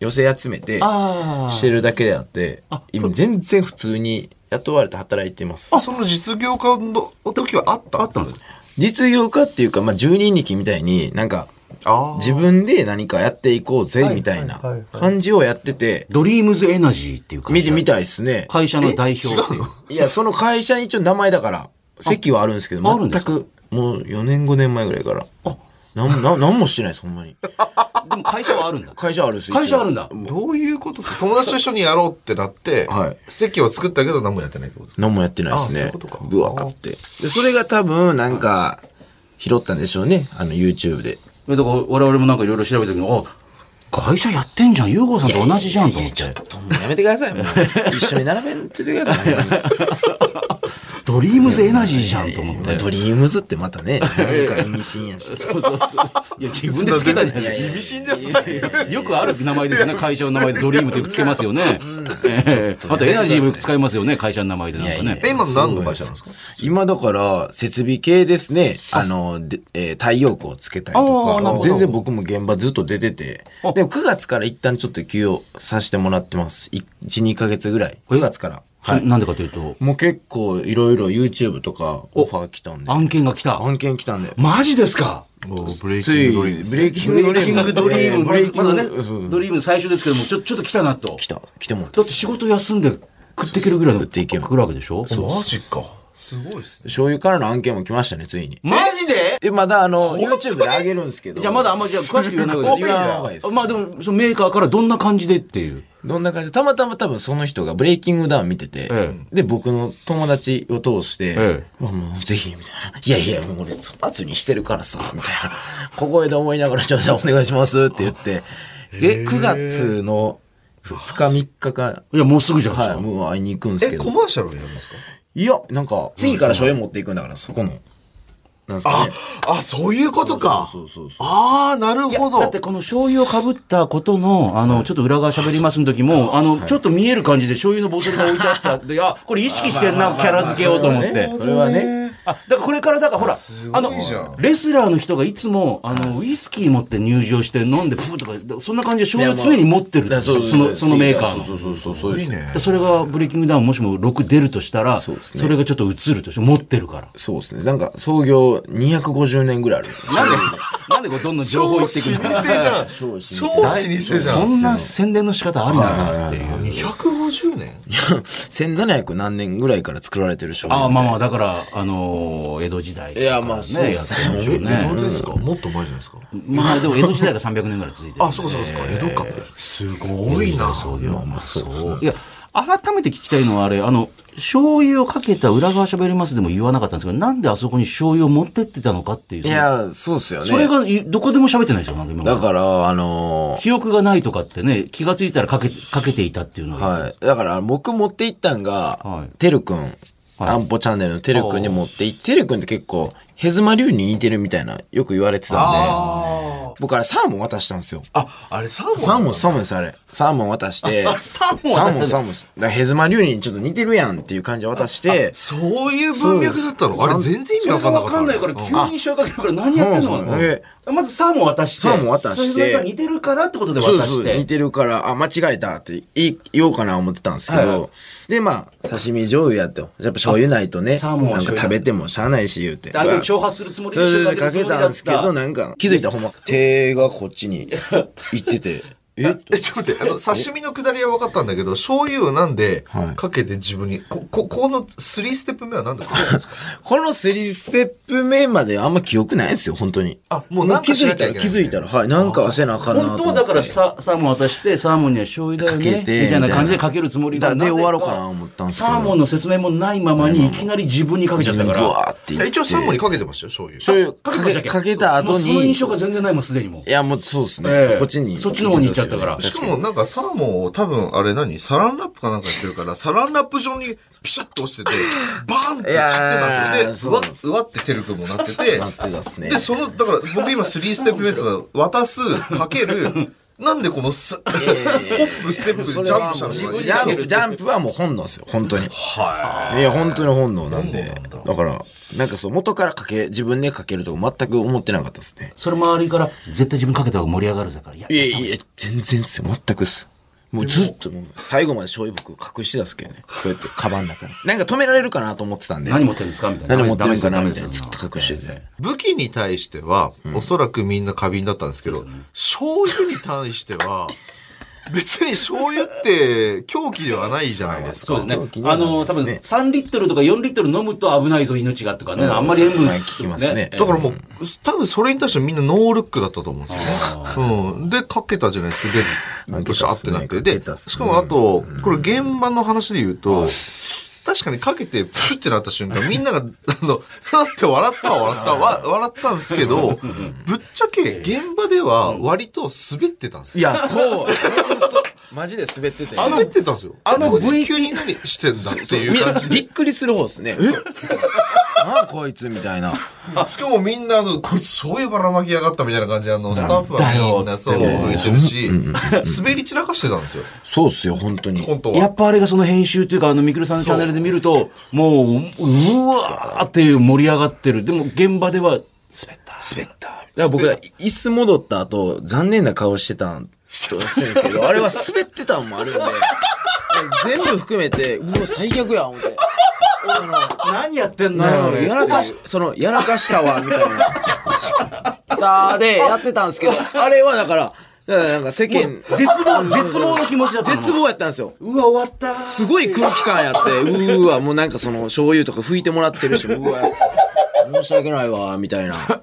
[SPEAKER 4] 寄せ集めて、
[SPEAKER 3] ああ。
[SPEAKER 4] してるだけであって
[SPEAKER 3] あ、
[SPEAKER 4] 今全然普通に雇われて働いてます。
[SPEAKER 2] その実業家の時はあった
[SPEAKER 3] あったんです
[SPEAKER 2] か
[SPEAKER 3] か
[SPEAKER 4] 実業家っていうか、まあ、十人力みたいになんか、
[SPEAKER 2] ああ。
[SPEAKER 4] 自分で何かやっていこうぜみたいな感じをやってて、
[SPEAKER 3] ドリームズエナジーっていう会社。
[SPEAKER 4] 見てみたいですね。
[SPEAKER 3] 会社の代表っていう。
[SPEAKER 4] いや、その会社に一応名前だから、席はあるんですけど、
[SPEAKER 3] ああるんです
[SPEAKER 4] 全く、もう4年5年前ぐらいから。なんも、なんなんもしてないです、ほんまに。
[SPEAKER 3] でも会社はあるんだ。
[SPEAKER 4] 会社あるっす
[SPEAKER 3] 会社あるんだ。。
[SPEAKER 2] どういうことですか友達と一緒にやろうってなって、
[SPEAKER 4] はい
[SPEAKER 2] 席を作ったけど何もやってないってことですか
[SPEAKER 4] 何もやってないです
[SPEAKER 2] あそうい
[SPEAKER 4] ね
[SPEAKER 2] うことか。
[SPEAKER 4] ぶわかって。で、それが多分、なんか、拾ったんでしょうね。あの、YouTube で。
[SPEAKER 3] だから我々もなんかいろいろ調べたけど、あ、会社やってんじゃん。ユーゴさんと同じじゃんと思って。
[SPEAKER 4] ともうやめてください、もう。 一緒に並べんといてください。ほんまに
[SPEAKER 3] ドリームズエナジーじゃんと思って。
[SPEAKER 4] ドリームズってまたね、なんか意味深やし。
[SPEAKER 3] そうそうそういや、自分でつけたんじゃない
[SPEAKER 4] やいや
[SPEAKER 2] 意味深だよね。
[SPEAKER 3] よくある名前ですよね。会社の名前でドリームってつけますよね。ええあとエナジーもよく使いますよね。会社の名前でなんか
[SPEAKER 4] いやい
[SPEAKER 3] ね
[SPEAKER 4] や。
[SPEAKER 2] え、今の何の会社なんですか
[SPEAKER 4] 今だから、設備系ですね。あの、でえー太陽光つけたり
[SPEAKER 3] あーなるほ
[SPEAKER 4] と
[SPEAKER 3] ど
[SPEAKER 4] か、全然僕も現場ずっと出てて
[SPEAKER 3] あ、
[SPEAKER 4] でも9月から一旦ちょっと休養させてもらってます。1、2ヶ月ぐらい。9月から。はい。
[SPEAKER 3] なんでかというと、
[SPEAKER 4] もう結構いろいろ YouTube とかオファー来たんで、
[SPEAKER 3] 案件が来た。
[SPEAKER 4] 案件来たんで。
[SPEAKER 3] マジですか
[SPEAKER 2] ブレイ
[SPEAKER 4] つい、ブレイキングドリーム。えーブレイキング
[SPEAKER 3] まだね
[SPEAKER 4] そうそう、
[SPEAKER 3] ドリーム最初ですけども、ちょちょっと来たなと。
[SPEAKER 4] 来た。来てもらった
[SPEAKER 3] だって仕事休んで食っていけるぐらいの
[SPEAKER 4] 食っていける
[SPEAKER 3] 来るわけでしょそう
[SPEAKER 2] マジか。すごいっすね。
[SPEAKER 4] 醤油からの案件も来ましたね、ついに。
[SPEAKER 3] マジで
[SPEAKER 4] で、まだあの、YouTube で上げるんですけど。
[SPEAKER 3] じゃあまだあんまじゃあ詳しく言わない方がいい。
[SPEAKER 4] 言わない方がいいです
[SPEAKER 3] まあでも、そのメーカーからどんな感じでっていう。
[SPEAKER 4] どんな感じたまたま多分その人がブレイキングダウン見てて、
[SPEAKER 3] え
[SPEAKER 4] で、僕の友達を通して、
[SPEAKER 3] え
[SPEAKER 4] まあもうぜひ、みたいな。いやいや、もう俺、粗末にしてるからさ、みたいな。小声で思いながら、じゃあお願いしますって言って、で、9月の2日3日か、
[SPEAKER 3] いや、もうすぐじゃない
[SPEAKER 4] は
[SPEAKER 3] です
[SPEAKER 4] い、
[SPEAKER 3] か。
[SPEAKER 4] もう会いに行くんです
[SPEAKER 2] え、
[SPEAKER 4] け
[SPEAKER 2] コ
[SPEAKER 4] ど。
[SPEAKER 2] マーシャルやるんですか
[SPEAKER 4] いや、なんか、次から醤油持っていくんだから、そこの。なんですか
[SPEAKER 2] あ
[SPEAKER 4] ね。、
[SPEAKER 2] あ、そういうことか。
[SPEAKER 4] そうそうそう
[SPEAKER 2] ああ、なる
[SPEAKER 3] いや
[SPEAKER 2] ほ
[SPEAKER 3] だっ
[SPEAKER 2] ど
[SPEAKER 3] て。この醤油をかぶったことの、あの、ちょっと裏側喋りますの時も、あの、ちょっと見える感じで醤油のボトルが置いてあったんで、あ、これ意識してんな、キャラ付けようと思って。
[SPEAKER 4] それはね。
[SPEAKER 3] あ、だからこれから、だからほら、あの
[SPEAKER 2] ごいじゃん、
[SPEAKER 3] レスラーの人がいつも、あの、ウイスキー持って入場して飲んで、プーとか、そんな感じで醤油を常に持ってる。
[SPEAKER 4] だから
[SPEAKER 3] その、そのメーカー
[SPEAKER 4] そ
[SPEAKER 3] の
[SPEAKER 4] う。そうそうそう。そう
[SPEAKER 2] い
[SPEAKER 4] で
[SPEAKER 2] い
[SPEAKER 4] す
[SPEAKER 2] ね。
[SPEAKER 3] それがブレイキングダウンもしも6出るとしたら、
[SPEAKER 4] そ
[SPEAKER 3] そう
[SPEAKER 4] ですね
[SPEAKER 3] れがちょっと映るとして、持ってるから。
[SPEAKER 4] そうですね。なんか創業250年ぐらいある。
[SPEAKER 3] なんで、なんでこうどんどん情報言っていく
[SPEAKER 2] 超
[SPEAKER 3] の
[SPEAKER 2] 老舗じゃん。
[SPEAKER 4] 超
[SPEAKER 2] 超
[SPEAKER 4] 老
[SPEAKER 2] 老舗
[SPEAKER 4] 舗
[SPEAKER 2] じゃ
[SPEAKER 3] そ
[SPEAKER 2] ん。
[SPEAKER 3] んな宣伝の仕方ありなんだっていう。
[SPEAKER 2] 250年
[SPEAKER 4] 1700何年ぐらいから作られてる商品。
[SPEAKER 3] ああまあまあだからあのー江戸時代
[SPEAKER 4] いやまあそうですね
[SPEAKER 3] やってるんでしょうね
[SPEAKER 2] 本当ですかもっと前じゃないですか
[SPEAKER 3] まあでも江戸時代が300年ぐらい続いてるんで
[SPEAKER 2] あ、そうかそうかそうか。江戸か。すごいな。
[SPEAKER 3] そうよまあそういや改めて聞きたいのはあれあの醤油をかけた裏側しゃべりますでも言わなかったんですけどなんであそこに醤油を持ってってたのかっていう
[SPEAKER 4] いや、そうですよね。
[SPEAKER 3] それがいどこでも喋ってないですよなんか今まで
[SPEAKER 4] だから、あのー
[SPEAKER 3] 記憶がないとかってね気がついたらかけかけていたっていうのは
[SPEAKER 4] はい。だから、僕持って行ったん
[SPEAKER 3] は
[SPEAKER 4] が
[SPEAKER 3] い、
[SPEAKER 4] てるくん。アンポチャンネルのてるくんに持って行って、てるくんって結構、ヘズマ流に似てるみたいな、よく言われてたんで、
[SPEAKER 2] あ
[SPEAKER 4] 僕あれサーモン渡したんですよ。
[SPEAKER 2] あ、あれサーモン
[SPEAKER 4] サーモン、サーモンです、あれ。サーモン渡して、
[SPEAKER 3] あ サーモン
[SPEAKER 4] サ
[SPEAKER 3] 渡
[SPEAKER 4] ー
[SPEAKER 3] し
[SPEAKER 4] モン、
[SPEAKER 3] た
[SPEAKER 4] サーモンです。だからヘズマ流にちょっと似てるやんっていう感じで渡して、
[SPEAKER 2] そういう文脈だったのあれ全然意味わかんなかった。
[SPEAKER 3] ら急に醤油かけるから何やってん
[SPEAKER 4] うんうんえ
[SPEAKER 3] まずサーモン渡して
[SPEAKER 4] サーモン渡して
[SPEAKER 3] それが似てるからってことで
[SPEAKER 4] そうそう、似てるから、あ、間違えたって言い言おうかな思ってたんですけど、
[SPEAKER 3] はいは
[SPEAKER 4] で、まあ、刺身醤油やって、やっぱ醤油ないとね、
[SPEAKER 3] サーモンは
[SPEAKER 4] なんか食べてもしゃあないし言うて。
[SPEAKER 3] 相手を挑発するつもり
[SPEAKER 4] そ
[SPEAKER 3] で
[SPEAKER 4] れ
[SPEAKER 3] 一緒
[SPEAKER 4] で
[SPEAKER 3] に
[SPEAKER 4] かけたんですけど、なんか、気づいた らほんま、手がこっちに行ってて、え
[SPEAKER 2] え、ちょっと待って、あの、刺身のくだりは分かったんだけど、醤油をなんで
[SPEAKER 4] はい
[SPEAKER 2] かけて自分に、こ、こ、この3ステップ目はなんでかけたんですか
[SPEAKER 4] この3ステップ目まであんま記憶ないんですよ、本当に。
[SPEAKER 2] あもうなんか
[SPEAKER 4] 気づ
[SPEAKER 2] しな
[SPEAKER 4] いたら、
[SPEAKER 2] きゃいけ
[SPEAKER 4] 気
[SPEAKER 2] ない
[SPEAKER 4] づいたら、はい、なんかせなあかんなと
[SPEAKER 3] 本
[SPEAKER 4] 思って。
[SPEAKER 3] 当はだからササーモン渡してサーモンには醤油だよね
[SPEAKER 4] かけ
[SPEAKER 3] み
[SPEAKER 4] て
[SPEAKER 3] たいな感じでかけるつもりが
[SPEAKER 4] だ
[SPEAKER 3] なぜ
[SPEAKER 4] で終わろうかな思ったんですけど
[SPEAKER 3] サーモンの説明もないままにいきなり自分にかけちゃったか
[SPEAKER 4] ブワ
[SPEAKER 3] ら
[SPEAKER 4] ーって
[SPEAKER 2] い
[SPEAKER 4] 行っ
[SPEAKER 2] や一
[SPEAKER 4] て。
[SPEAKER 2] 応サーモンにかけてましたよ、醤油。
[SPEAKER 4] 醤油
[SPEAKER 3] かけ
[SPEAKER 4] か
[SPEAKER 3] ましたっ
[SPEAKER 4] けかけた
[SPEAKER 3] も
[SPEAKER 4] 後に、
[SPEAKER 3] うその印象が全然ないもんすでにもう
[SPEAKER 4] いや、もうそうですね。
[SPEAKER 3] ええ
[SPEAKER 4] こっちに。
[SPEAKER 3] そっちの方に行っちゃったから
[SPEAKER 2] しかもなんかサーモンを多分あれ何サランラップかなんかしてる から、サランラップ状にピシャッと押してて、バーンって散ってたんですよ。
[SPEAKER 4] いやーそ
[SPEAKER 2] で、う
[SPEAKER 4] う
[SPEAKER 2] わ
[SPEAKER 4] なんで、
[SPEAKER 2] うわってテル君もなってて
[SPEAKER 4] な、ってたっすね
[SPEAKER 2] で、。その、だから僕今3ステップ目ですが、渡す、かけ る、なんでこのす、ホップ、ステップ、ジャンプしたの
[SPEAKER 4] それはもう
[SPEAKER 2] か
[SPEAKER 4] ジャンプ、ジャンプはもう本能ですよ、本当に。いや、本当に本能なんで。だから、なんかそう、元からかけ、自分でかけるとか全く思ってなかったですね。
[SPEAKER 3] それ周りから絶対自分かけた方が盛り上がるぜからいや
[SPEAKER 4] いやいや、全然っすよ、全くっす。もうずっともう、最後まで醤油僕隠してたっすけどね。こうやって、カバンの中に。なんか止められるかなと思ってたんで。
[SPEAKER 3] 何持ってるんですかみたいな
[SPEAKER 4] 何持ってるんかなみたいな。
[SPEAKER 3] ダメです
[SPEAKER 4] ず
[SPEAKER 3] よ
[SPEAKER 4] っ
[SPEAKER 3] ダメですよ
[SPEAKER 4] と隠してて。
[SPEAKER 2] 武器に対しては、おそらくみんな過敏だったんですけど、醤油に対しては、別に醤油って狂気ではないじゃないですか。
[SPEAKER 3] そうです
[SPEAKER 4] 狂気に
[SPEAKER 3] ね。
[SPEAKER 4] は
[SPEAKER 3] あ
[SPEAKER 4] なるん
[SPEAKER 3] の、
[SPEAKER 4] で
[SPEAKER 3] 多
[SPEAKER 4] す
[SPEAKER 3] 分
[SPEAKER 4] ね
[SPEAKER 3] 3リットルとか4リットル飲むと危ないぞ、命がとかね。あんまり塩分
[SPEAKER 4] はい聞きますね
[SPEAKER 2] だからもう、多分それに対してみんなノールックだったと思うんですよね。うん。で、かけたじゃないですか。
[SPEAKER 4] かけたっすね
[SPEAKER 2] で、ブシャってなって。
[SPEAKER 4] かけ
[SPEAKER 2] で
[SPEAKER 4] たっ、すね
[SPEAKER 2] しかもあと、これ現場の話で言うと、確かにかけてプシュってなった瞬間、みんなが、 あの、ふわって笑ったわ、笑ったわ、笑ったんですけど、ぶっちゃけ現場では割と滑ってたんですよ
[SPEAKER 4] いや、そう。ほんとマジで滑ってて。
[SPEAKER 2] 滑ってたんですよ。
[SPEAKER 3] あの
[SPEAKER 2] こいつ
[SPEAKER 3] V-
[SPEAKER 2] 急に何してんだって
[SPEAKER 4] み
[SPEAKER 2] いう感じ
[SPEAKER 4] びっくりする方ですね。なあ、こいつみたいな。
[SPEAKER 2] で。しかもみんな、あの、こいつそういうばらまきやがったみたいな感じで、あの、スタッフ
[SPEAKER 3] なんだ
[SPEAKER 2] は
[SPEAKER 3] よ
[SPEAKER 2] みんなそう
[SPEAKER 3] つってね
[SPEAKER 2] 増えてるし、滑り散らかしてたんですよ、
[SPEAKER 4] そうっすよ、本当に。
[SPEAKER 2] 本当
[SPEAKER 3] や
[SPEAKER 2] は。
[SPEAKER 3] っぱあれがその編集というか、あの、ミクルさんのチャンネルで見ると、もう、ううわーっていう盛り上がってる。でも、現場では、滑った。
[SPEAKER 4] 滑った。だから僕ら、椅子戻った後、残念な顔してたんしてるんですけど、あれは滑ってたんもあるんで、全部含めて、うわ、最悪や、思って。
[SPEAKER 3] 何やってんだよ、
[SPEAKER 4] なるほど。
[SPEAKER 3] 俺
[SPEAKER 4] やらかし、その、やらかしたわ、みたいな。しか ったで、やってたんですけど、あれはだから、だからなんか世間、
[SPEAKER 3] 絶望、絶望の気持ちだったの。
[SPEAKER 4] 絶望やったんですよ。
[SPEAKER 3] うわ、終わったー。
[SPEAKER 4] すごい空気感やって、うーわ、もうなんかその、醤油とか拭いてもらってるし、うわ、申し訳ないわ、みたいな。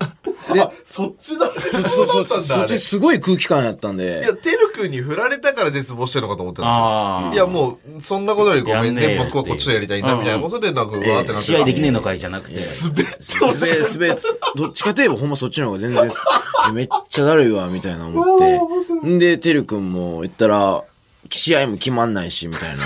[SPEAKER 4] で、
[SPEAKER 2] そっちだ、絶望だったんだ、
[SPEAKER 4] そ
[SPEAKER 2] あ
[SPEAKER 4] っ
[SPEAKER 2] れ。
[SPEAKER 4] ち
[SPEAKER 2] い
[SPEAKER 4] すごい空気感やったんで。
[SPEAKER 2] や、てるくんに振られたから絶望してるのかと思ってたん
[SPEAKER 3] あ
[SPEAKER 2] ですよ。いや、もう、そんなことよりごめん
[SPEAKER 3] やんねえ
[SPEAKER 2] ね、
[SPEAKER 3] よっていう
[SPEAKER 2] 僕はこっちでやりたいんだ、みたいなことで、なんか、うわーってなって
[SPEAKER 3] 試合できねえ
[SPEAKER 2] の。
[SPEAKER 3] のかいじゃなくて。
[SPEAKER 2] 滑って
[SPEAKER 4] すべ、すべ、どっちかといえばほんまそっちの方が全然、めっちゃだ るいわ、みたいな思って。んで、てるくんも言ったら、試合も決まんないし、みたいな。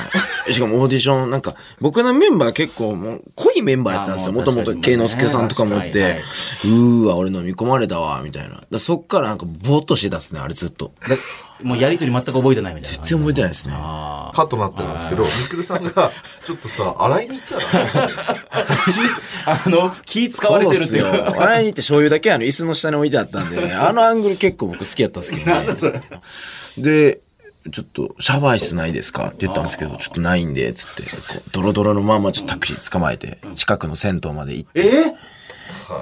[SPEAKER 4] しかもオーディション、なんか、僕のメンバー結構もう濃いメンバーやったんですよ。
[SPEAKER 3] あ
[SPEAKER 4] も
[SPEAKER 3] もう
[SPEAKER 4] ともと、
[SPEAKER 3] 確か
[SPEAKER 4] 慶
[SPEAKER 3] に
[SPEAKER 4] 之助さんとかもっ
[SPEAKER 3] はいはい
[SPEAKER 4] て
[SPEAKER 3] はいう
[SPEAKER 4] ーわ、俺飲み込まれたわ、みたいな。だからそっからなんか、ぼーっとしてたっすね、あれずっと。
[SPEAKER 3] だもうやりとり全く覚えてない みたいな。
[SPEAKER 4] 全然覚えてないですね。
[SPEAKER 2] カットになってるんですけど、みくるさんが、ちょっとさ、洗いに行ったら、
[SPEAKER 3] あの、気使われてるっていう
[SPEAKER 4] そうっすよ。笑いに行って醤油だけあの椅子の下に置いてあったん で、あのアングル結構僕好きやったんですけどね。で、ちょっとシャワー椅子ないですかって言ったんですけど、ちょっとないんで、つって、こうドロドロのままちょっとタクシー捕まえて、近くの銭湯まで行っ て、
[SPEAKER 3] え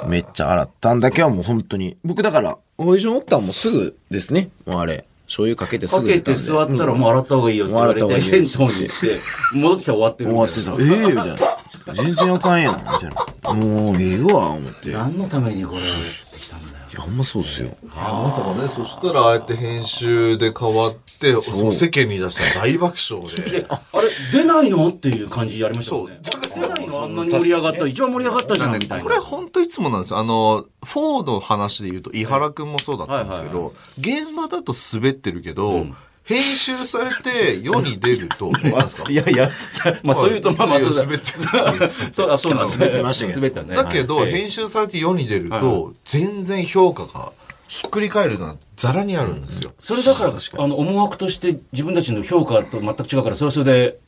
[SPEAKER 4] めっちゃ洗ったんだけはもう本当に。僕だから、オーディションおったんもうすぐですね。もうあれ、醤油かけてす
[SPEAKER 3] か
[SPEAKER 4] ぐ出
[SPEAKER 3] け
[SPEAKER 4] たん
[SPEAKER 3] て
[SPEAKER 4] で。
[SPEAKER 3] 座ったらもう洗った方がいいよって言われ
[SPEAKER 4] もう
[SPEAKER 3] て、
[SPEAKER 4] 洗った方がい
[SPEAKER 3] 銭
[SPEAKER 4] い
[SPEAKER 3] 湯に行って、戻ってきたら終わってる
[SPEAKER 4] 終
[SPEAKER 3] み
[SPEAKER 4] わ
[SPEAKER 3] た
[SPEAKER 4] っ
[SPEAKER 3] い
[SPEAKER 4] て
[SPEAKER 3] な
[SPEAKER 4] た。ええみたいな。全然あかんやん、みたいな。もう、ええわ、思って。いや、
[SPEAKER 3] 何のためにこれをやってきたんだよ。
[SPEAKER 4] ほんまそうっすよ。
[SPEAKER 2] まさかね、そしたらああやって編集で変わって、そう世間に出したら大爆笑で。
[SPEAKER 3] で、あれ、出ないのっていう感じやりましたもんね。出ないのあんなに盛り上がった。一番盛り上がったじゃ
[SPEAKER 2] なん
[SPEAKER 3] ん、
[SPEAKER 2] で
[SPEAKER 3] みたい
[SPEAKER 2] こ
[SPEAKER 3] な
[SPEAKER 2] れ。本当いつもなんですよ。あの、フォーの話で言うと、伊原くんもそうだったんですけ
[SPEAKER 3] はいは
[SPEAKER 2] ど、現場だと滑ってるけど、編集されて世に出る と、えなんですか
[SPEAKER 3] いやいや、まあそういうと、まあまあ
[SPEAKER 2] いや
[SPEAKER 3] そうだ
[SPEAKER 2] 滑ってたんですよ
[SPEAKER 3] そう、あ、そうなんですね
[SPEAKER 4] 滑ってましたけど
[SPEAKER 3] 滑ったね。
[SPEAKER 2] だけど、
[SPEAKER 3] はい
[SPEAKER 2] 編集されて世に出る
[SPEAKER 3] はいは
[SPEAKER 2] と、全然評価がひっくり返るのはザラにあるんですよ。
[SPEAKER 3] それだから、あの、思惑として自分たちの評価と全く違うから、それはそれで、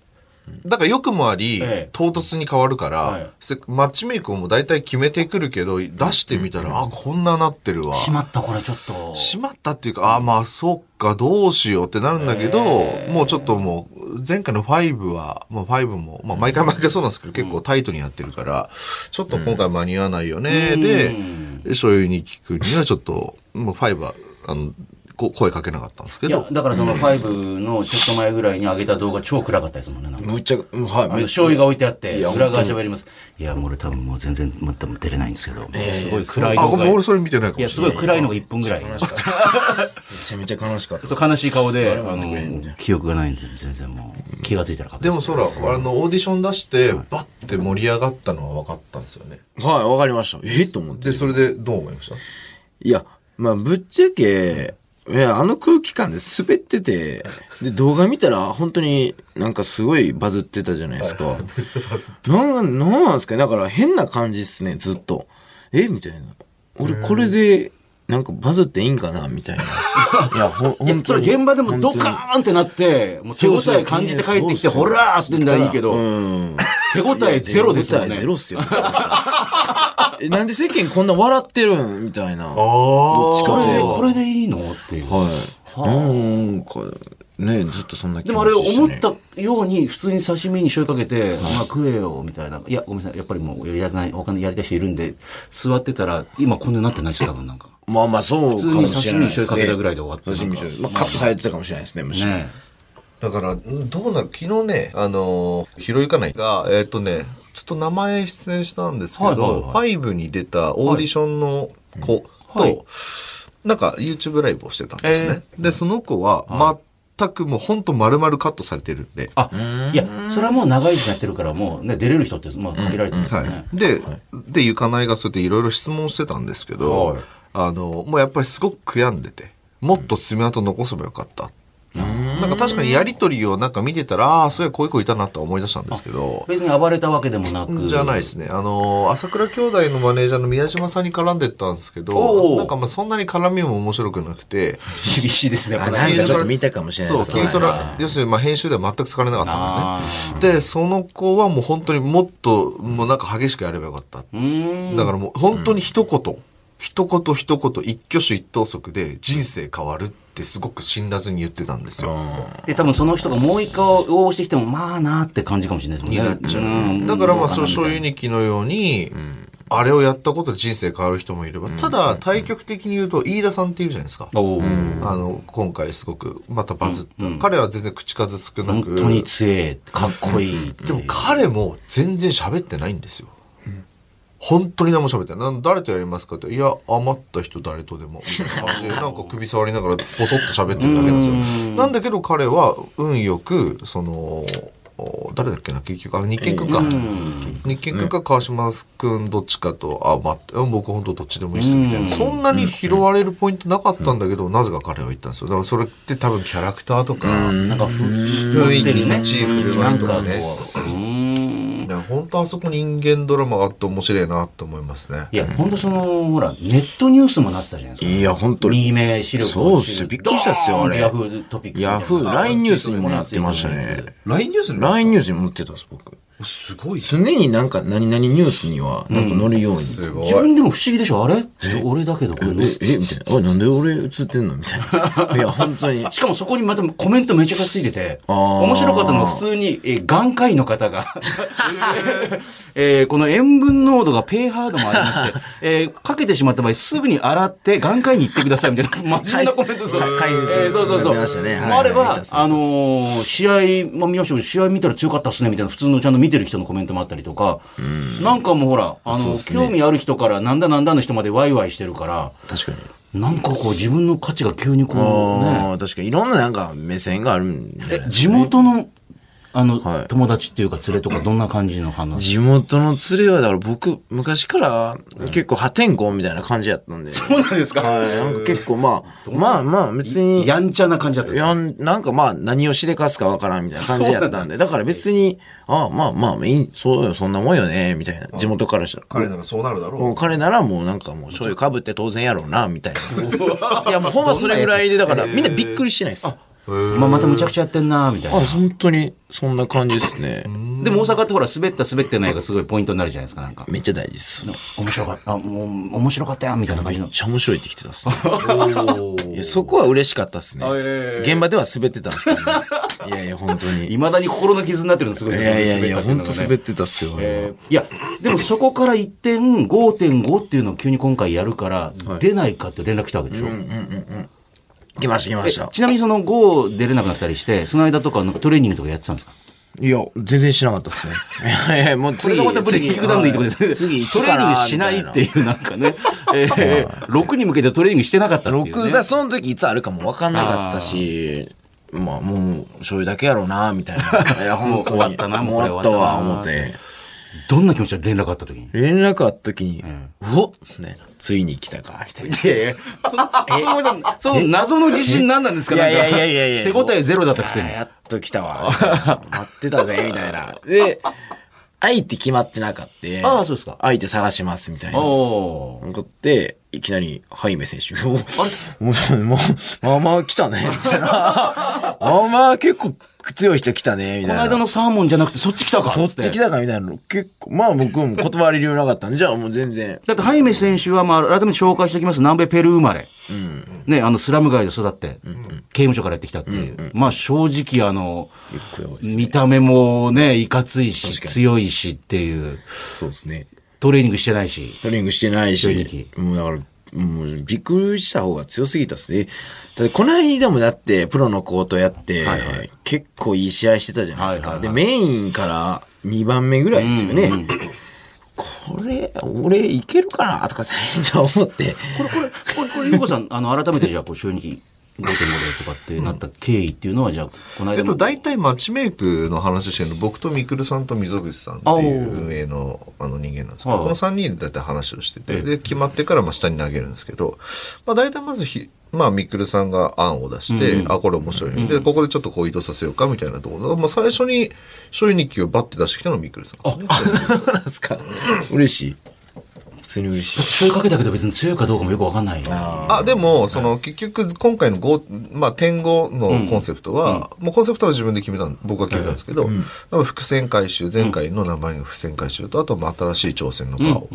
[SPEAKER 2] だから良くもあり、
[SPEAKER 3] ええ
[SPEAKER 2] 唐突に変わるから、
[SPEAKER 3] はい
[SPEAKER 2] せマッチメイクをもう大体決めてくるけど、出してみたら、あ、こんななってるわ。
[SPEAKER 3] しまった、これちょっと。
[SPEAKER 2] しまったっていうか、あ、まあ、そっか、どうしようってなるんだけど、
[SPEAKER 3] ええ
[SPEAKER 2] もうちょっともう、前回の5は、もう5も、まあ、毎回毎回そうなんですけど、結構タイトにやってるから、ちょっと今回間に合わないよね、
[SPEAKER 3] うん
[SPEAKER 2] で
[SPEAKER 3] うん、
[SPEAKER 2] 醤油に聞くにはちょっと、もう5は、あの、こ声かけなかったんですけ
[SPEAKER 3] いや
[SPEAKER 2] ど、、
[SPEAKER 3] だからその5のちょっと前ぐらいに上げた動画超暗かったですもんね、なんか。
[SPEAKER 4] むっちゃ、うんはい、
[SPEAKER 3] あの
[SPEAKER 4] めっちゃ
[SPEAKER 3] 醤油が置いてあって、
[SPEAKER 4] いや
[SPEAKER 3] 裏側喋ります。いや、もう俺多分もう全然、また出れないんですけど、もうすごい暗い
[SPEAKER 2] あ、
[SPEAKER 3] 動
[SPEAKER 2] ご
[SPEAKER 3] 画。
[SPEAKER 2] めん、俺
[SPEAKER 3] い
[SPEAKER 2] それ見てないかもしれない
[SPEAKER 3] や、。すごい暗いのが1分ぐらい。
[SPEAKER 4] 悲しかった。めちゃめちゃ悲しかった。
[SPEAKER 3] そう悲しい顔で、あ
[SPEAKER 4] もやってくれへん
[SPEAKER 3] の記憶がないんで、全然もう、気がついたらか
[SPEAKER 2] でもそら、あの、オーディション出して、バッて盛り上がったのは分かったんですよね。
[SPEAKER 4] はい、わかりました。えと思って
[SPEAKER 2] で、。それでどう思いました
[SPEAKER 4] いや、まあ、ぶっちゃけ、いや、あの空気感で滑ってて、で、動画見たら、本当になんかすごいバズってたじゃないですか。 なん、なんなんですかねだから変な感じっすね、ずっと。えみたいな。俺、これで、なんかバズっていいんかな みたいな。いや、ほん、
[SPEAKER 3] いや
[SPEAKER 4] 本
[SPEAKER 3] そ
[SPEAKER 4] 当
[SPEAKER 3] れ
[SPEAKER 4] に。
[SPEAKER 3] 現場でもド
[SPEAKER 4] 本当
[SPEAKER 3] カ
[SPEAKER 4] に
[SPEAKER 3] ーンってなって、もう手応え感じて帰ってきて、
[SPEAKER 4] そうそう
[SPEAKER 3] ほらーってんだらいいけど、
[SPEAKER 4] うん。
[SPEAKER 3] 手応えゼロですよ
[SPEAKER 4] 手応
[SPEAKER 3] ね
[SPEAKER 4] えゼ。ロっすよ。 え、なんで世間こんな笑ってるんみたいな。は
[SPEAKER 2] ど
[SPEAKER 4] っち
[SPEAKER 3] こ
[SPEAKER 4] か
[SPEAKER 3] れ
[SPEAKER 4] と
[SPEAKER 3] で、
[SPEAKER 4] いう
[SPEAKER 3] これでいいのっていう。
[SPEAKER 4] い。なんか、ね、ずっとそんな気
[SPEAKER 3] で
[SPEAKER 4] 持
[SPEAKER 3] もあ
[SPEAKER 4] ち
[SPEAKER 3] れ
[SPEAKER 4] でした
[SPEAKER 3] 思
[SPEAKER 4] ね
[SPEAKER 3] ったように普通に刺身に醤油かけて、まあ食えよみたいな。いや、ごめんなさい。やっぱりもうやりたくない、他のやりたい人いるんで、座ってたら、今こんなになってないし、多分なんか。
[SPEAKER 4] まあまあそうかもしれないですね。
[SPEAKER 3] 普通に刺身に醤油かけたぐらいで終わった
[SPEAKER 4] 刺身醤油まあカットされてたかもしれないですね、むしろ。
[SPEAKER 3] ね
[SPEAKER 2] だから、んどうなる昨日ね、あのー、ひろゆかないが、えーっ、とね、ちょっと名前出演したんですけど、
[SPEAKER 3] はいはいは
[SPEAKER 2] 5に出たオーディションの子と、
[SPEAKER 3] はい
[SPEAKER 2] なんか YouTube ライブをしてたんですね。で、その子は、全くもうほんと丸々カットされてるんで、
[SPEAKER 3] あ、いや、それはもう長い時間やってるから、もうね、出れる人って、まあ限られてるんですよね。
[SPEAKER 2] はい、で、で、ゆかないがそうやっていろいろ質問してたんですけど、
[SPEAKER 3] はい
[SPEAKER 2] あの、もうやっぱりすごく悔やんでて、もっと爪痕残せばよかった。なんか確かにやりとりをなんか見てたら、ああー、そういや、こういう子いたなとは思い出したんですけど、
[SPEAKER 3] 別に暴れたわけでもなく。
[SPEAKER 2] じゃないですね。あの、朝倉兄弟のマネージャーの宮島さんに絡んでったんですけ
[SPEAKER 3] お
[SPEAKER 2] ど、
[SPEAKER 3] ー
[SPEAKER 2] なんかまあそんなに絡みも面白くなくて、
[SPEAKER 3] 厳しいですね、
[SPEAKER 4] あ
[SPEAKER 3] この
[SPEAKER 4] なん
[SPEAKER 2] かちょっと
[SPEAKER 4] 見たかもしれな
[SPEAKER 2] そ
[SPEAKER 4] いで
[SPEAKER 2] う、
[SPEAKER 4] す
[SPEAKER 2] 切り取
[SPEAKER 4] は
[SPEAKER 2] ら、要するにまあ編集では全く使われなかったん
[SPEAKER 3] あ
[SPEAKER 2] ですね。で、その子はもう本当にもっと、もうなんか激しくやればよかった。
[SPEAKER 3] うーん。
[SPEAKER 2] だからもう本当に一言、一言一言、一挙手一投足で人生変わるってすごく辛辣に言ってたんですよ。
[SPEAKER 3] で、多分その人がもう一回応募してきても、まあなーって感じかもしれないです
[SPEAKER 2] に
[SPEAKER 3] もんね。
[SPEAKER 2] なっちゃう。
[SPEAKER 3] ん
[SPEAKER 2] だからまあ、そう、
[SPEAKER 3] どか
[SPEAKER 2] 醤
[SPEAKER 3] な
[SPEAKER 2] 油日記のように、あれをやったことで人生変わる人もいれば、ただ、対極的に言うと、飯田さんっているじゃないですか。
[SPEAKER 3] おー
[SPEAKER 2] あの、今回すごく、またバズった。彼は全然口数少なく。
[SPEAKER 3] 本当に強え、かっこいいっていう。
[SPEAKER 2] でも彼も全然喋ってないんですよ。本当に何も喋ってない。なん誰とやりますかって。いや、余った人誰とでも。みたいな感じ で、なんか首触りながら、ぼそっと喋ってるだけなんですよ。なんだけど彼は、運よく、その、お誰だっけな結局あれ日健君か、日健君か川島君どっちかとあ、まあ、うん僕本当どっちでもいいっすみたいな、そんなに拾われるポイントなかったんだけど、なぜか彼は言ったんですよだからそれって多分キャラクターとか、
[SPEAKER 3] なんかふ
[SPEAKER 2] 雰囲気立ち振る舞いとかね
[SPEAKER 3] うん
[SPEAKER 2] いや本当あそこ人間ドラマがあって面白いなと思いますね
[SPEAKER 3] いや、ほんとその、ほら、ネットニュースもなってたじゃないですか。
[SPEAKER 4] いや、本当
[SPEAKER 3] 右
[SPEAKER 4] に。
[SPEAKER 3] 目視力
[SPEAKER 4] そうっすよびっくりしたっすよあれ
[SPEAKER 3] ヤフートピックスみたい
[SPEAKER 4] ヤ
[SPEAKER 3] な。
[SPEAKER 4] フー、LINE ニュースにもなってましたね。
[SPEAKER 2] LINE ニュースに
[SPEAKER 4] LINE ニュースにも載ってたんです、僕。
[SPEAKER 2] すごい
[SPEAKER 4] 常になんか、何々ニュースには、なんか載るように。
[SPEAKER 2] すごい
[SPEAKER 3] 自分でも不思議でしょあれ俺だけど、これね。
[SPEAKER 4] え、えみたいな。あ、なんで俺映ってんのみたいな。いや、本当に。
[SPEAKER 3] しかもそこにまたコメントめちゃくちゃついてて、
[SPEAKER 4] あー
[SPEAKER 3] 面白かったのは普通に、えー眼科医の方が、 えーこの塩分濃度が pH 度もありまして、えーかけてしまった場合すぐに洗って眼科医に行ってくださいみたい な、真面目なコメントですよ
[SPEAKER 4] 解説
[SPEAKER 3] えーそうそうそう。
[SPEAKER 4] 見ましたねはい
[SPEAKER 3] もあれ
[SPEAKER 4] 見
[SPEAKER 3] ば
[SPEAKER 4] た、そう
[SPEAKER 3] あのー試合も見ましたけど、試合見たら強かったっすねみたいな、普通のちゃんと見てる人のコメントもあったりとか、なんかもうほら、あ
[SPEAKER 4] そう
[SPEAKER 3] の、
[SPEAKER 4] っすね
[SPEAKER 3] 興味ある人からなんだなんだの人までワイワイしてるから、
[SPEAKER 4] 確かに。
[SPEAKER 3] なんかこう自分の価値が急にこうね、
[SPEAKER 4] ああ、確かに。いろんななんか目線があるんで
[SPEAKER 3] え。地元のあの、
[SPEAKER 4] はい
[SPEAKER 3] 友達っていうか連れとかどんな感じの話
[SPEAKER 4] 地元の連れは、だから僕、昔から結構破天荒みたいな感じやったんで。
[SPEAKER 3] そうなんですか
[SPEAKER 4] はい、なんか結構まあ、まあまあ別に、
[SPEAKER 3] やんちゃな感じだったんですか
[SPEAKER 4] やん、なんかまあ何をしでかすかわからんみたいな感じやったんで、だから別に、ああまあまあ、いいそうよ、そんなもんよね、みたいな。地元からしたら。
[SPEAKER 2] 彼ならそうなるだろう
[SPEAKER 4] もう彼ならもうなんかもう醤油かぶって当然やろうな、みたいな。いやもうほんまそれぐらいで、だからみんなびっくりしてないです。あ、
[SPEAKER 3] まあ、またむちゃくちゃやってんなみたいな
[SPEAKER 4] 本当にそんな感じですね。
[SPEAKER 3] でも大阪ってほら滑った滑ってないがすごいポイントになるじゃないですかなんか
[SPEAKER 4] めっちゃ大事です。めっ
[SPEAKER 3] 面白かったあもう面白かったよみたいな感じの
[SPEAKER 4] ちゃ面白いって来てたっすね。いや、そこは嬉しかったっすね。現場では滑ってたんですけどね。いやいや、本当に。い
[SPEAKER 3] いまだに心の傷になってるのすごいですね
[SPEAKER 4] やいやいや、
[SPEAKER 3] 滑ったって
[SPEAKER 4] 本当
[SPEAKER 3] うのが
[SPEAKER 4] 滑
[SPEAKER 3] ね
[SPEAKER 4] ってたっすよ。あれは
[SPEAKER 3] えーいやでもそこから一点5.5っていうのを急に今回やるから出ないかって連絡来たわけでしょ、
[SPEAKER 4] 来ました、来ました
[SPEAKER 3] え。ちなみにその5出れなくなったりしてその間とかなんかトレーニングとかやってたんですか
[SPEAKER 4] いや、全然しなかったで すね。いやいや、もう
[SPEAKER 3] これ
[SPEAKER 4] 次。
[SPEAKER 3] がまたブレイキングダウンでいいとこですね。
[SPEAKER 4] 次、
[SPEAKER 3] トレーニングしないっていう、なんか ね、えー、6に向けてトレーニングしてなかったっていう、ね。
[SPEAKER 4] 6だ、その時いつあるかも分かんなかったし、まあもう、醤油だけやろうな、みたいな。いや、
[SPEAKER 3] もう
[SPEAKER 4] 本当に。
[SPEAKER 3] 終わったなもう
[SPEAKER 4] もう
[SPEAKER 3] これ
[SPEAKER 4] 終わった
[SPEAKER 3] 終わ
[SPEAKER 4] わ、
[SPEAKER 3] ったな
[SPEAKER 4] 思って。
[SPEAKER 3] どんな気持ちで連絡あった時に。
[SPEAKER 4] 連絡あった時に、うおっみたいなついに来たか、みたいな。
[SPEAKER 3] いやいや、その、その謎の自信何なんですか
[SPEAKER 4] いやいやいやいやいや。
[SPEAKER 3] 手応えゼロだったくせに
[SPEAKER 4] い。ややっと来たわ。待ってたぜ、みたいな。で、相手決まってなかった。
[SPEAKER 3] ああそうですか
[SPEAKER 4] 相手探します、みたいな。
[SPEAKER 3] おー
[SPEAKER 4] なんかって、いきなり、ハイメ選手。あれもう、もう、まあまあ来たね、みたいな。まあまあ結構強い人来たね、み
[SPEAKER 3] この
[SPEAKER 4] たい
[SPEAKER 3] 間
[SPEAKER 4] な。
[SPEAKER 3] のサーモンじゃなくてそっち来たか
[SPEAKER 4] そっち来
[SPEAKER 3] た。
[SPEAKER 4] たか、みたいなの。結構、まあ僕も断り理由なかったんで、じゃあもう全然。
[SPEAKER 3] だって、ハイメ選手は、まあ、改めて紹介しておきます。南米ペルー生まれ。ね、あの、スラム街で育って、刑務所からやってきたっていう。まあ、正直、あの、
[SPEAKER 4] 結構やばいです。
[SPEAKER 3] 見た目もね、いかついし、強いしっていう、
[SPEAKER 4] そうですね。
[SPEAKER 3] トレーニングしてないし。
[SPEAKER 4] トレーニングしてない
[SPEAKER 3] 正
[SPEAKER 4] し、もうだから、もうびっくりした方が強すぎたっすね。だってこの間もだって、プロのコートやって、結構いい試合してたじゃないですか。
[SPEAKER 3] はいはい
[SPEAKER 4] で、メインから2番目ぐらいですよね。これ、俺いけるかなとか最初思って。
[SPEAKER 3] これ、これ、これ、これ、ゆうこさん、 あの、改めてじゃあ、こう、就任期5.5でとかってなった経緯っていうのは、じゃあ、この
[SPEAKER 2] え
[SPEAKER 3] 間
[SPEAKER 2] っ
[SPEAKER 3] も
[SPEAKER 2] と、大体マッチメイクの話してるの僕とみくるさんと溝口さんって
[SPEAKER 3] あお
[SPEAKER 2] いう
[SPEAKER 3] う
[SPEAKER 2] 運営のあの人間なんですけ
[SPEAKER 3] は
[SPEAKER 2] ど
[SPEAKER 3] い
[SPEAKER 2] この3人で大体話をして
[SPEAKER 3] ええ
[SPEAKER 2] てで決まってからまあ下に投げるんですけど、まあ、大体まずひ、まあ、みくるさんが案を出して、あこれ面白いね、でここでちょっとこう移動させようかみたいなところ、まあ、最初に初日記をバッて出してきたのはみくるさんですね、
[SPEAKER 4] そうなんですか。嬉しい。普通に嬉しい。
[SPEAKER 3] 醤油かけたけど別に強いかどうかもよくわかんないよ。
[SPEAKER 2] あでも、その、結局、今回の5、まあ、点5のコンセプトは、もうコンセプトは自分で決めたん、僕が決めたんですけど、まあ伏線回収、前回の名前の伏線回収と、あと、まあ、新しい挑戦の場を、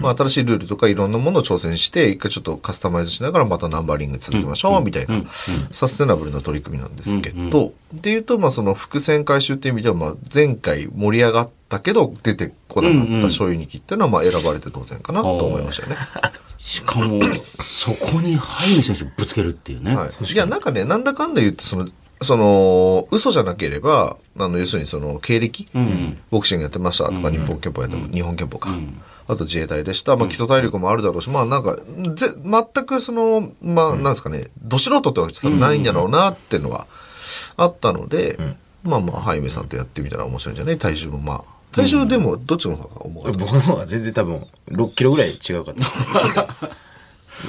[SPEAKER 2] まあ、新しいルールとかいろんなものを挑戦して、一回ちょっとカスタマイズしながら、またナンバリング続けましょう、みたいな、サステナブルな取り組みなんですけど、で言うと、まあ、その伏線回収っていう意味では、まあ、前回盛り上がったけど、出てこなかった醤油に切っていうのは、まあ、選ばれて当然かなと思いましたよね。
[SPEAKER 3] しかも、そこにハイメ選手ぶつけるっていうね。
[SPEAKER 2] はい、いやなんかねなんだかんだ言ってそのその嘘じゃなければあの要するにその経歴、ボクシングやってましたとか、日本拳法やって、日本拳法か、あと自衛隊でした、まあ、基礎体力もあるだろうし、まあなんかぜ全くそのまあなんですかねど素人ってわけじゃないんだろうなっていうのはあったので、まあまあハイメさんとやってみたら面白いんじゃない体重もまあ体重でもどっちの方が重かった、
[SPEAKER 4] 僕の方が全然多分6キロぐらい違う かった。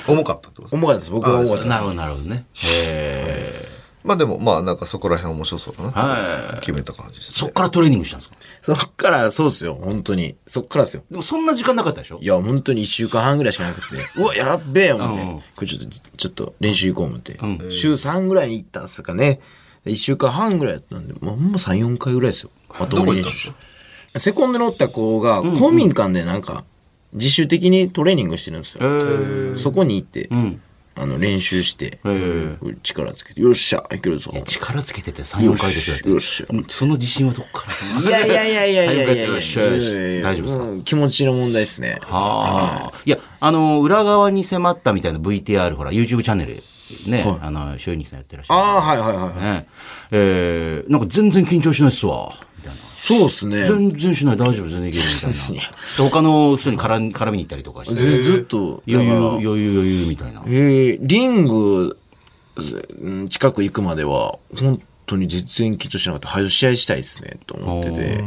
[SPEAKER 2] 重かったってこと
[SPEAKER 4] 重かったです。僕は重かったで
[SPEAKER 3] な
[SPEAKER 4] す
[SPEAKER 3] る。ほど、なるほどね。ええ。
[SPEAKER 2] まあでもまあなんかそこら辺面白そうだなっ
[SPEAKER 3] は
[SPEAKER 2] て決めた感じです
[SPEAKER 3] そっ
[SPEAKER 2] ね、
[SPEAKER 3] からトレーニングしたんですか
[SPEAKER 4] そっから、そうっすよ。本当に。そっからっすよ。
[SPEAKER 3] でもそんな時間なかったでしょ
[SPEAKER 4] いや、本当に一週間半ぐらいしかなくて。うわ、やっべえ思って
[SPEAKER 3] うん。
[SPEAKER 4] これちょっと、ちょっと練習行こう思って。週3ぐらいに行ったんですかね。一週間半ぐらいやったんで、まあ、ほんま3、4回ぐらいですよ。まともに練習し
[SPEAKER 2] ど
[SPEAKER 4] セコンドにおった子が、公民館でなんか、自主的にトレーニングしてるんですよ。
[SPEAKER 3] え
[SPEAKER 4] そこに行って、
[SPEAKER 3] ん
[SPEAKER 4] あの、練習して、
[SPEAKER 3] え
[SPEAKER 4] 力つけて、よっしゃ、いけるぞ。
[SPEAKER 3] え。力つけてて3、
[SPEAKER 4] よ
[SPEAKER 3] 4
[SPEAKER 4] っ
[SPEAKER 3] 回です
[SPEAKER 4] しゃ、
[SPEAKER 3] よ
[SPEAKER 4] よ
[SPEAKER 3] だ
[SPEAKER 4] っしゃ
[SPEAKER 3] っ。て。その自信はどっから
[SPEAKER 4] いやいやいやいやいやいやいや
[SPEAKER 3] よっしゃよっしゃ大丈夫ですか
[SPEAKER 4] うん気持ちの問題ですね。
[SPEAKER 3] ああ。 いや、あの、裏側に迫ったみたいな VTR、ほら、YouTube チャンネルね、
[SPEAKER 4] はい
[SPEAKER 3] あの、ひょさんやってらっしゃる。
[SPEAKER 4] ああ、はいはいはい。
[SPEAKER 3] ねえー、なんか全然緊張しないっすわ、みたいな。
[SPEAKER 4] そうですね。
[SPEAKER 3] 全然しない、大丈夫、 全然いける、みたいな。で他の人に絡み絡みに行ったりとかして、
[SPEAKER 4] ずずっと、
[SPEAKER 3] 余裕、
[SPEAKER 4] だから
[SPEAKER 3] 余裕、余裕、みたいな。
[SPEAKER 4] えーリングうん近く行くまでは、本当に全然緊張しなかった。早く試合したいですね、と思ってて。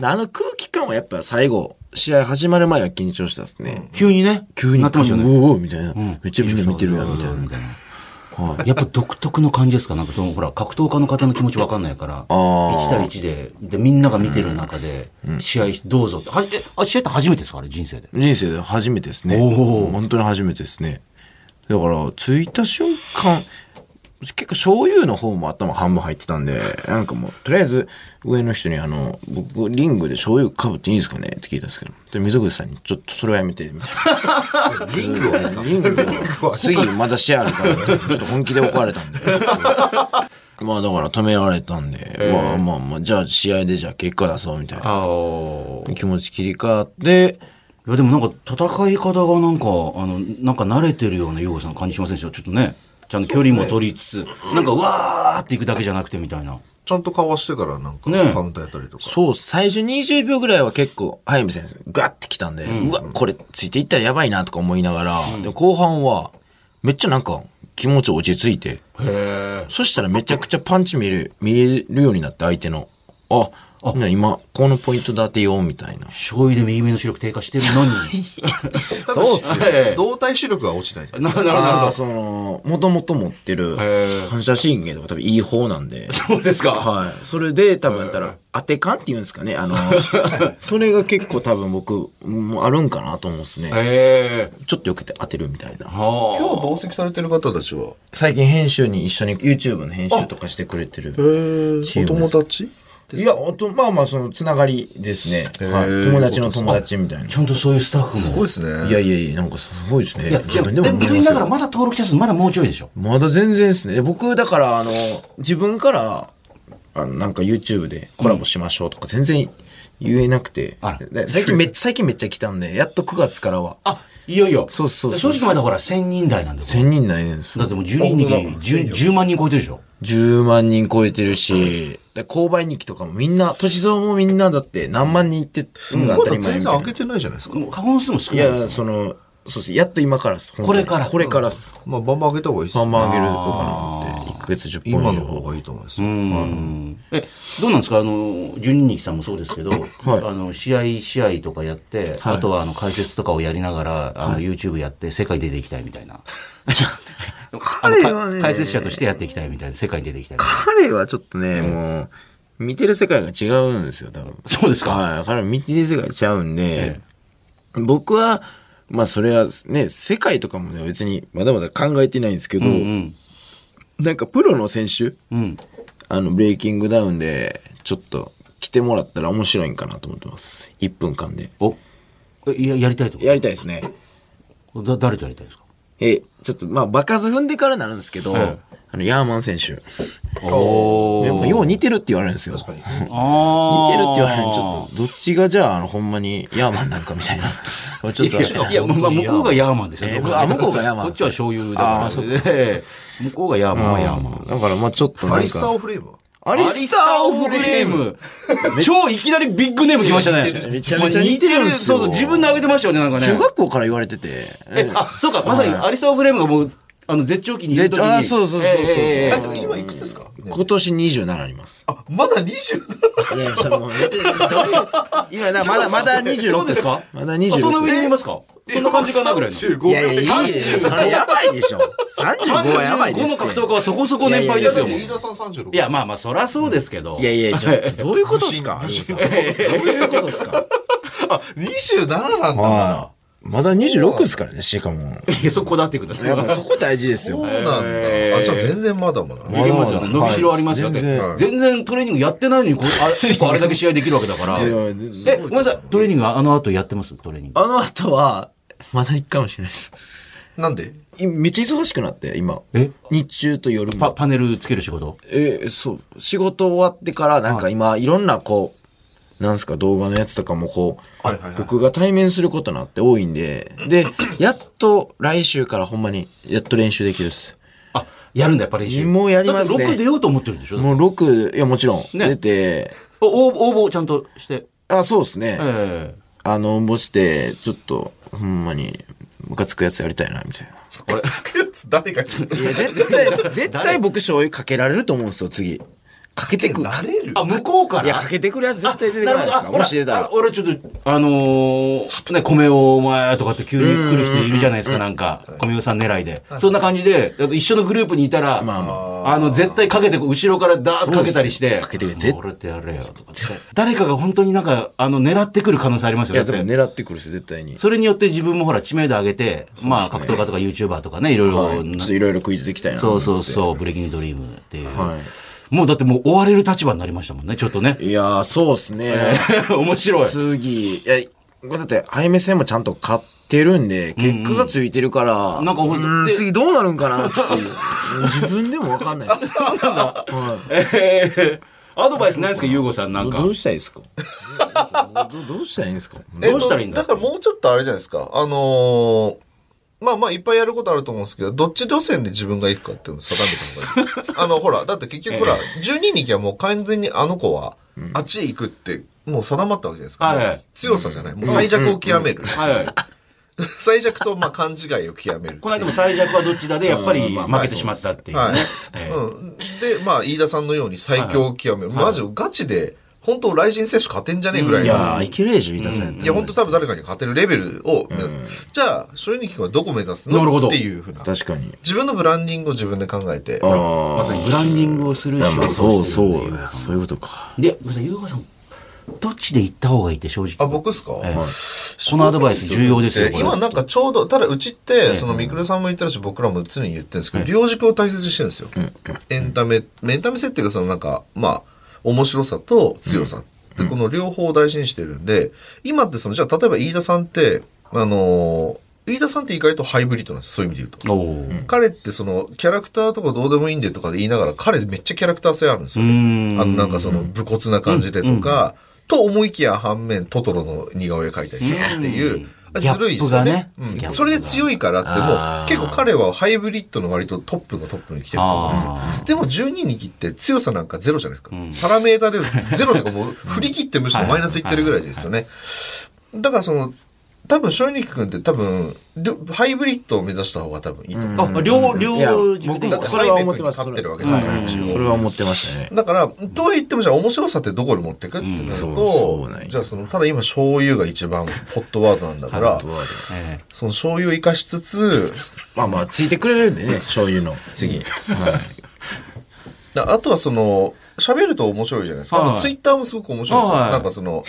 [SPEAKER 4] あの空気感はやっぱ最後、試合始まる前は緊張したですね。
[SPEAKER 3] 急にね、
[SPEAKER 4] 急に、
[SPEAKER 3] なってましたよ
[SPEAKER 4] う
[SPEAKER 3] ね。
[SPEAKER 4] おうおうみたいな。めっちゃみんな見てるやん、みたいな。はい
[SPEAKER 3] やっぱ独特の感じですかなんかその、ほら、格闘家の方の気持ちわかんないから、1
[SPEAKER 4] ー
[SPEAKER 3] 対1で、で、みんなが見てる中で、試合どうぞって。はえ、あ、試合って初めてですかあれ、人生で。
[SPEAKER 4] 人生で初めてですね。
[SPEAKER 3] おー
[SPEAKER 4] 本当に初めてですね。だから、着いた瞬間、結構醤油の方も頭半分入ってたんで、なんかもう、とりあえず上の人にあの、僕、リングで醤油かぶっていいんですかねって聞いたんですけど、で溝口さんにちょっとそれはやめて、みたい な。リングを、リングを、次まだシェアあるから、ちょっと本気で怒られたんで。まあだから止められたんで、まあまあまあ、じゃあ試合でじゃあ結果出そうみたいな
[SPEAKER 3] ああ。
[SPEAKER 4] 気持ち切り替わって、
[SPEAKER 3] いやでもなんか戦い方がなんかあのなんか慣れてるようなヨーさん感じしませんでしたちょっとねちゃんと距離も取りつつ、なんかわーっていくだけじゃなくてみたいな
[SPEAKER 2] ちゃんとかわしてからなんか
[SPEAKER 3] ねえ
[SPEAKER 2] カウンターやったりとか、
[SPEAKER 4] そう、最初20秒ぐらいは結構、早見先生、ガッて来たんで、うわ、これついていったらやばいなとか思いながら、で後半は、めっちゃなんか、気持ち落ち着いて、そしたらめちゃくちゃパンチ見える、見えるようになって相手の、あ、みんな今、このポイントで当てよう、みたいな。
[SPEAKER 3] 醤油で右目の視力低下してるのに
[SPEAKER 2] ただし
[SPEAKER 4] そうっすよ
[SPEAKER 2] ええ動体視力は落ちないじゃ ない
[SPEAKER 3] な
[SPEAKER 2] で
[SPEAKER 3] るほどなる
[SPEAKER 4] あ
[SPEAKER 3] ほ
[SPEAKER 4] あ、
[SPEAKER 3] ど
[SPEAKER 4] その、もともと持ってる
[SPEAKER 3] へえ
[SPEAKER 4] 反射神経とか多分いい方なんで。
[SPEAKER 3] そうですか、
[SPEAKER 4] はい。それで、多分やったら、当て感って言うんですかね。あの、それが結構多分僕、もうあるんかなと思うんですね。
[SPEAKER 3] へえ
[SPEAKER 4] ちょっとよけて当てるみたいな。
[SPEAKER 3] は
[SPEAKER 2] すか今日同席されてる方たちは
[SPEAKER 4] 最近編集に一緒に YouTube の編集とかしてくれてる。
[SPEAKER 2] え
[SPEAKER 4] チー
[SPEAKER 2] お友
[SPEAKER 4] ム
[SPEAKER 2] 達
[SPEAKER 4] いや、おとまあまあ、その、つながりですね。はい。友達の友達みたいな
[SPEAKER 3] ち。ゃんとそういうスタッフも
[SPEAKER 2] すごいですね
[SPEAKER 4] いやいやいや、なんかすごいですね。
[SPEAKER 3] いや
[SPEAKER 4] 自分
[SPEAKER 3] で
[SPEAKER 4] で
[SPEAKER 3] も
[SPEAKER 4] も
[SPEAKER 3] でも
[SPEAKER 4] 思
[SPEAKER 3] 言
[SPEAKER 4] いま
[SPEAKER 3] い
[SPEAKER 4] す
[SPEAKER 3] ながら
[SPEAKER 4] よ。
[SPEAKER 3] まだ登録者数まだもうちょいでしょ
[SPEAKER 4] まだ全然ですね。僕、だから、あの、自分から、あのなんか YouTube でコラボしましょうとか、全然言えなくて
[SPEAKER 3] あら。
[SPEAKER 4] で最近めっちゃ、最近めっちゃ来たんで、やっと9月からは。
[SPEAKER 3] あいよいよ
[SPEAKER 4] そうそうそう
[SPEAKER 3] 正直まだほら1000人台なんだよ
[SPEAKER 4] 1000人ないんですよ
[SPEAKER 3] だってもう10人に10 10万人超えてるでしょ
[SPEAKER 4] 10万人超えてるし、で購買日記とかもみんな、歳三もみんなだって何万人って、うん、
[SPEAKER 2] ま
[SPEAKER 4] 当た
[SPEAKER 2] だ
[SPEAKER 4] り前
[SPEAKER 2] 全
[SPEAKER 4] み
[SPEAKER 2] 然
[SPEAKER 4] たい
[SPEAKER 2] 開
[SPEAKER 4] な。
[SPEAKER 2] けてないじゃないですか、
[SPEAKER 3] もう過本数も少
[SPEAKER 4] い
[SPEAKER 3] ないですよ
[SPEAKER 4] や、その、そうです。やっと今からっす。本当
[SPEAKER 3] こ
[SPEAKER 4] に
[SPEAKER 3] れから
[SPEAKER 4] これからっす。
[SPEAKER 2] まあバンバン開けた方がいいです
[SPEAKER 4] パ
[SPEAKER 2] よ
[SPEAKER 4] ンマン上げるのかなって。1ヶ月10
[SPEAKER 2] 今
[SPEAKER 4] 本以
[SPEAKER 2] の方
[SPEAKER 4] 上。
[SPEAKER 2] がいいと思います、
[SPEAKER 3] うんえどうなんですかあの十二日さんもそうですけど、
[SPEAKER 4] い
[SPEAKER 3] あの試合試合とかやって、
[SPEAKER 4] はい
[SPEAKER 3] あとはあの解説とかをやりながらあの、YouTube やって世界に出ていきたいみたいな
[SPEAKER 4] 彼は
[SPEAKER 3] あ
[SPEAKER 4] ね
[SPEAKER 3] のか解説者としてやっていきたいみたいな世界に出ていきたいみたいな
[SPEAKER 4] 彼はちょっとね、もう、見てる世界が違うんですよ、多分。
[SPEAKER 3] そうですか、
[SPEAKER 4] はい。彼は見てる世界ちゃうんで
[SPEAKER 3] え、
[SPEAKER 4] 僕は、まあそれはね、世界とかもね、別にまだまだ考えてないんですけど、
[SPEAKER 3] うん
[SPEAKER 4] なんかプロの選手、
[SPEAKER 3] うん
[SPEAKER 4] あの、ブレイキングダウンで、ちょっと来てもらったら面白いんかなと思ってます。1分間で。
[SPEAKER 3] おえややりたいとか
[SPEAKER 4] やりたいですね。
[SPEAKER 3] だ誰とやりたいですか
[SPEAKER 4] え、ちょっと、まあ、場数踏んでからなるんですけど、
[SPEAKER 3] え
[SPEAKER 4] あの、ヤーマン選手。
[SPEAKER 3] お
[SPEAKER 4] なんかよう似てるって言われるんですよ。似てるって
[SPEAKER 3] あー
[SPEAKER 4] 言われるちょっと、どっちがじゃあ、あの、ほんまにヤーマンなんかみたいな。ちょっと、
[SPEAKER 3] いや、まあ、向こうがヤーマンですよ、
[SPEAKER 4] えーあ向こうがヤーマン
[SPEAKER 3] こっちは醤油だから
[SPEAKER 4] あーそう
[SPEAKER 3] で向こうがヤーマンはヤーマン
[SPEAKER 4] だから、まあちょっとなんか。
[SPEAKER 2] アリスターオフレームは
[SPEAKER 4] アリスターオフレーム。。
[SPEAKER 3] 超いきなりビッグネーム来ましたね。
[SPEAKER 4] めちゃめちゃ似てるんですよ
[SPEAKER 3] そうそう、自分で上げてましたよね、なんかね。
[SPEAKER 4] 中学校から言われてて。
[SPEAKER 3] え、あ、そうか、まさにアリスター・フレームがもう、あの、絶頂期にいる時に。
[SPEAKER 4] 絶頂あそうそうそうそう
[SPEAKER 3] ええええええ
[SPEAKER 2] えっと今いくつですか
[SPEAKER 4] 今年27あります。
[SPEAKER 2] あ、まだ 27?
[SPEAKER 4] いや、それもう、どういう今な、まだ、まだ
[SPEAKER 3] そう
[SPEAKER 4] 26
[SPEAKER 3] で
[SPEAKER 4] ですす
[SPEAKER 3] か
[SPEAKER 4] まだ26
[SPEAKER 3] あそんな上にいますかそんな感じかなぐらいの。
[SPEAKER 2] 35
[SPEAKER 4] い
[SPEAKER 2] 秒
[SPEAKER 4] やいや、いい
[SPEAKER 2] 35
[SPEAKER 4] それやばいでしょ。35はやばいです
[SPEAKER 3] この
[SPEAKER 4] って
[SPEAKER 3] 格闘家はそこそこ年配
[SPEAKER 2] い
[SPEAKER 3] で
[SPEAKER 2] や、
[SPEAKER 3] す
[SPEAKER 2] で
[SPEAKER 3] よ。
[SPEAKER 2] も
[SPEAKER 3] い
[SPEAKER 2] 飯田さん36。
[SPEAKER 3] や、まあまあ、そらそうですけど。
[SPEAKER 4] いやいや、ちょっと、どういうことですか
[SPEAKER 2] 無心
[SPEAKER 4] 有吉さんどういうことですか
[SPEAKER 2] あ。あ、27なんだな。
[SPEAKER 4] まだ26ですからね、しかも。
[SPEAKER 3] いやそこだっていくんですね。
[SPEAKER 4] やっぱそこ大事です
[SPEAKER 2] そう
[SPEAKER 4] よ。
[SPEAKER 2] なんだ。
[SPEAKER 3] へー
[SPEAKER 2] あ、じゃあ全然まだまだ。
[SPEAKER 3] できますよね。伸びしろありますよね。
[SPEAKER 4] 全
[SPEAKER 3] 全然トレーニングやってないのにこうあれ、あれだけ試合できるわけだから。え、
[SPEAKER 4] いやで
[SPEAKER 3] ごめんなさい。トレーニングはあの後やってますトレーニング。
[SPEAKER 4] あの後は、まだ行くかもしれないです。
[SPEAKER 2] なんで
[SPEAKER 4] いめっちゃ忙しくなって、今。
[SPEAKER 3] え
[SPEAKER 4] 日中と夜
[SPEAKER 3] パ、
[SPEAKER 4] も。
[SPEAKER 3] パネルつける仕事
[SPEAKER 4] えー、そう。仕事終わってから、なんか今、いろんなこう、なんすか、動画のやつとかもこう、
[SPEAKER 2] はいはいはい。
[SPEAKER 4] 僕が対面することなんて多いんで、で、やっと来週からほんまに、やっと練習できるっす。
[SPEAKER 3] あ、やるんだ、やっぱり練習。
[SPEAKER 4] もうやりますね
[SPEAKER 3] だって6出ようと思ってるんでしょ
[SPEAKER 4] もう6、いやもちろん、
[SPEAKER 3] ね
[SPEAKER 4] 出て、
[SPEAKER 3] お応募応募をちゃんとして。
[SPEAKER 4] あ、そうですね。
[SPEAKER 3] ええ
[SPEAKER 4] あの、応募して、ちょっと、ほんまに、ムカつくやつやりたいな、みたいな。
[SPEAKER 2] 俺、 つくやつ誰が聞く
[SPEAKER 4] いや、絶対、絶対僕醤油かけられると思うんですよ、次。かけてくる。
[SPEAKER 2] なれる
[SPEAKER 3] あ、向こうから
[SPEAKER 4] いや、かけてくるやつ絶対出てこないですか。
[SPEAKER 3] ほら
[SPEAKER 4] もし出たら
[SPEAKER 3] あ。俺ちょっと、あのーね、米をお前とかって急に来る人いるじゃないですか、なんか、米尾さん狙いで。そんな感じで、だって一緒のグループにいたら、
[SPEAKER 4] まあま
[SPEAKER 3] あ、の、絶対かけてこう、後ろからダーッとかけたりして、
[SPEAKER 4] そうっすよかけてくれ
[SPEAKER 3] もう
[SPEAKER 4] 絶
[SPEAKER 3] 俺ってやれよ、とかって。誰かが本当になんか、あの、狙ってくる可能性ありますよ、
[SPEAKER 4] いや、
[SPEAKER 3] だ
[SPEAKER 4] で
[SPEAKER 3] って
[SPEAKER 4] も狙ってくるし、絶対に。ちょ
[SPEAKER 3] それによって自分もほら、知名度上げて、まあ、格闘家とか YouTuber とかね、いろいろ
[SPEAKER 4] っ、といろいろクイズできたいな。
[SPEAKER 3] そうそう
[SPEAKER 4] う。
[SPEAKER 3] そう、ブレイキングドリームっていう。
[SPEAKER 4] は
[SPEAKER 3] もうだってもう追われる立場になりましたもんね、ちょっとね。
[SPEAKER 4] いやー、そうっすね。
[SPEAKER 3] 面白い。
[SPEAKER 4] 次、いや、これだって、ハイメ戦もちゃんと買ってるんで、結果がついてるから、
[SPEAKER 3] なんかほんと
[SPEAKER 4] う
[SPEAKER 3] で
[SPEAKER 4] 次どうなるんかなっていう。 自分でもわかんないです。
[SPEAKER 3] ええ アドバイスないですか、ゆうごさんなんか
[SPEAKER 4] ど。うしたらいいですかどどうしたらいいんですか
[SPEAKER 2] えっ
[SPEAKER 3] どう
[SPEAKER 2] と
[SPEAKER 3] したらいいんだ
[SPEAKER 2] だからもうちょっとあれじゃないですか。あのー、まあまあいっぱいやることあると思うんですけど、どっち路線で自分が行くかっていうのを定めた方が いい。あの、ほら、だって結局ほら、12人行きはもう完全にあの子は、あっちへ行くって、もう定まったわけじゃないですか。
[SPEAKER 3] はいはい
[SPEAKER 2] もう強さじゃない。もう最弱を極める。
[SPEAKER 3] はいはい。
[SPEAKER 2] 最弱と、まあ、勘違いを極める。
[SPEAKER 3] この間も最弱はどっちだで、やっぱり負けてしまったっていう
[SPEAKER 2] はい
[SPEAKER 3] ね。ええ
[SPEAKER 2] うん、で、まあ、飯田さんのように最強を極める。マジ、ガチで、本当、雷神選手勝てんじゃねえぐらい
[SPEAKER 4] い
[SPEAKER 2] の。
[SPEAKER 4] やー、いけるでしょ、飯田さんやったら
[SPEAKER 2] いや、本当多分誰かに勝てるレベルを目指す。じゃあ、正直君はどこ目指すの
[SPEAKER 3] なるほど
[SPEAKER 2] っていうふうな。
[SPEAKER 4] 確かに。
[SPEAKER 2] 自分のブランディングを自分で考えて。
[SPEAKER 3] ま
[SPEAKER 4] あ
[SPEAKER 3] さにブランディングをする
[SPEAKER 4] あ。まあ、
[SPEAKER 3] 仕事
[SPEAKER 4] そ
[SPEAKER 3] をしてるっ
[SPEAKER 4] うそ、
[SPEAKER 3] ていう
[SPEAKER 4] そういうことか。
[SPEAKER 3] で、ごめんなさい、ゆうごさん、どっちで行った方がいいって正直。
[SPEAKER 2] あ、僕っすか、
[SPEAKER 3] ええこのアドバイス重要ですよ、
[SPEAKER 2] で
[SPEAKER 3] これ
[SPEAKER 2] 今なんかちょうど、ただうちって、そのミクルさんも言ってるし、僕らも常に言ってるんですけど、両軸を大切にしてるんですよ。エンタメ、エンタメ設定がそのなんか、まあ、面白さと強さ。で、この両方を大事にしてるんで、今ってその、じゃあ例えば飯田さんって、あのー飯田さんって意外とハイブリッドなんですよ、そういう意味で言うと。
[SPEAKER 3] おー
[SPEAKER 2] 彼ってそのキャラクターとかどうでもいいんでとかで言いながら彼めっちゃキャラクター性あるんですよ
[SPEAKER 3] うー
[SPEAKER 2] ね。
[SPEAKER 3] ん
[SPEAKER 2] あのなんかその武骨な感じでとか、と思いきや反面トトロの似顔絵描いたりとかっていう
[SPEAKER 3] うん、
[SPEAKER 2] あずるいですよね。
[SPEAKER 3] ギャップがねギャップ
[SPEAKER 2] う
[SPEAKER 3] が
[SPEAKER 2] ん、それで強いから
[SPEAKER 4] あー
[SPEAKER 2] ってもう結構彼はハイブリッドの割とトップのトップに来てると思うんですよ
[SPEAKER 3] あ。
[SPEAKER 2] でも12に切って強さなんかゼロじゃないですか。パラメータでゼロとかもう振り切って むしろマイナスいってるぐらいですよね。だからその、多分、正く君って多分、りょハイブリッドを目指した方が多分いいと思う。
[SPEAKER 3] あ、両、
[SPEAKER 4] いや
[SPEAKER 3] 両軸でいい
[SPEAKER 4] 僕
[SPEAKER 3] んだ
[SPEAKER 4] もそれは思ってます。
[SPEAKER 2] ハイメイクに勝ってるわけだ
[SPEAKER 4] は
[SPEAKER 2] か
[SPEAKER 4] い
[SPEAKER 2] ら
[SPEAKER 4] はい
[SPEAKER 2] 一応
[SPEAKER 4] それは思ってましたね。
[SPEAKER 2] だから、とは言ってもじゃあ面白さってどこに持ってくってなる
[SPEAKER 4] そう
[SPEAKER 2] と、
[SPEAKER 4] そうなんや
[SPEAKER 2] じゃあその、ただ今醤油が一番ホットワードなんだから、
[SPEAKER 4] ドアで
[SPEAKER 3] ええ
[SPEAKER 2] その醤油を活かしつつ、
[SPEAKER 4] まあまあ、ついてくれるんでね、醤油の次。はい
[SPEAKER 2] だあとはその、喋ると面白いじゃないですか。あ
[SPEAKER 3] は
[SPEAKER 2] と
[SPEAKER 3] い
[SPEAKER 2] ツイッターもすごく面白いですよ。
[SPEAKER 3] はい
[SPEAKER 2] なんかその、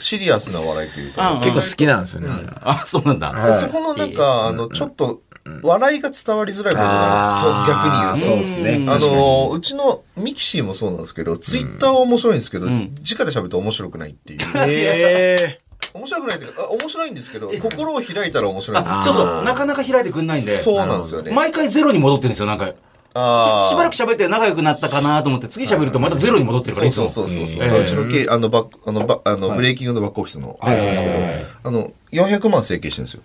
[SPEAKER 2] シリアスな笑いというか、
[SPEAKER 3] うん
[SPEAKER 4] 結構好きなんですよね。
[SPEAKER 3] あ、そうなんだ。
[SPEAKER 2] でそこのなんか、あの、ちょっと、笑いが伝わりづらい部分があるんですよ逆に言うと。
[SPEAKER 4] そうですね。
[SPEAKER 2] あ
[SPEAKER 4] 確かに
[SPEAKER 2] の、うちのミキシーもそうなんですけど、ツイッターは面白いんですけど、直で喋ると面白くないっていう。
[SPEAKER 4] え
[SPEAKER 2] 面白くないっていうか、あ面白いんですけど、心を開いたら面白いんで
[SPEAKER 3] あ、そうそう、なかなか開いてくんないんで。
[SPEAKER 2] す。そうなんですよね。
[SPEAKER 3] 毎回ゼロに戻ってるんですよ、なんか。
[SPEAKER 2] あ
[SPEAKER 3] しばらく
[SPEAKER 2] し
[SPEAKER 3] 喋って仲良くなったかなと思って、次喋るとまたゼロに戻ってるから、いつ
[SPEAKER 2] そ
[SPEAKER 3] も。
[SPEAKER 2] うそうそうそう。
[SPEAKER 3] ええ
[SPEAKER 2] うちの経営あの、バック、あの、バあの、ブレイキングのバックオフィスの、あれなんですけど、あの、400万整形してるんですよ。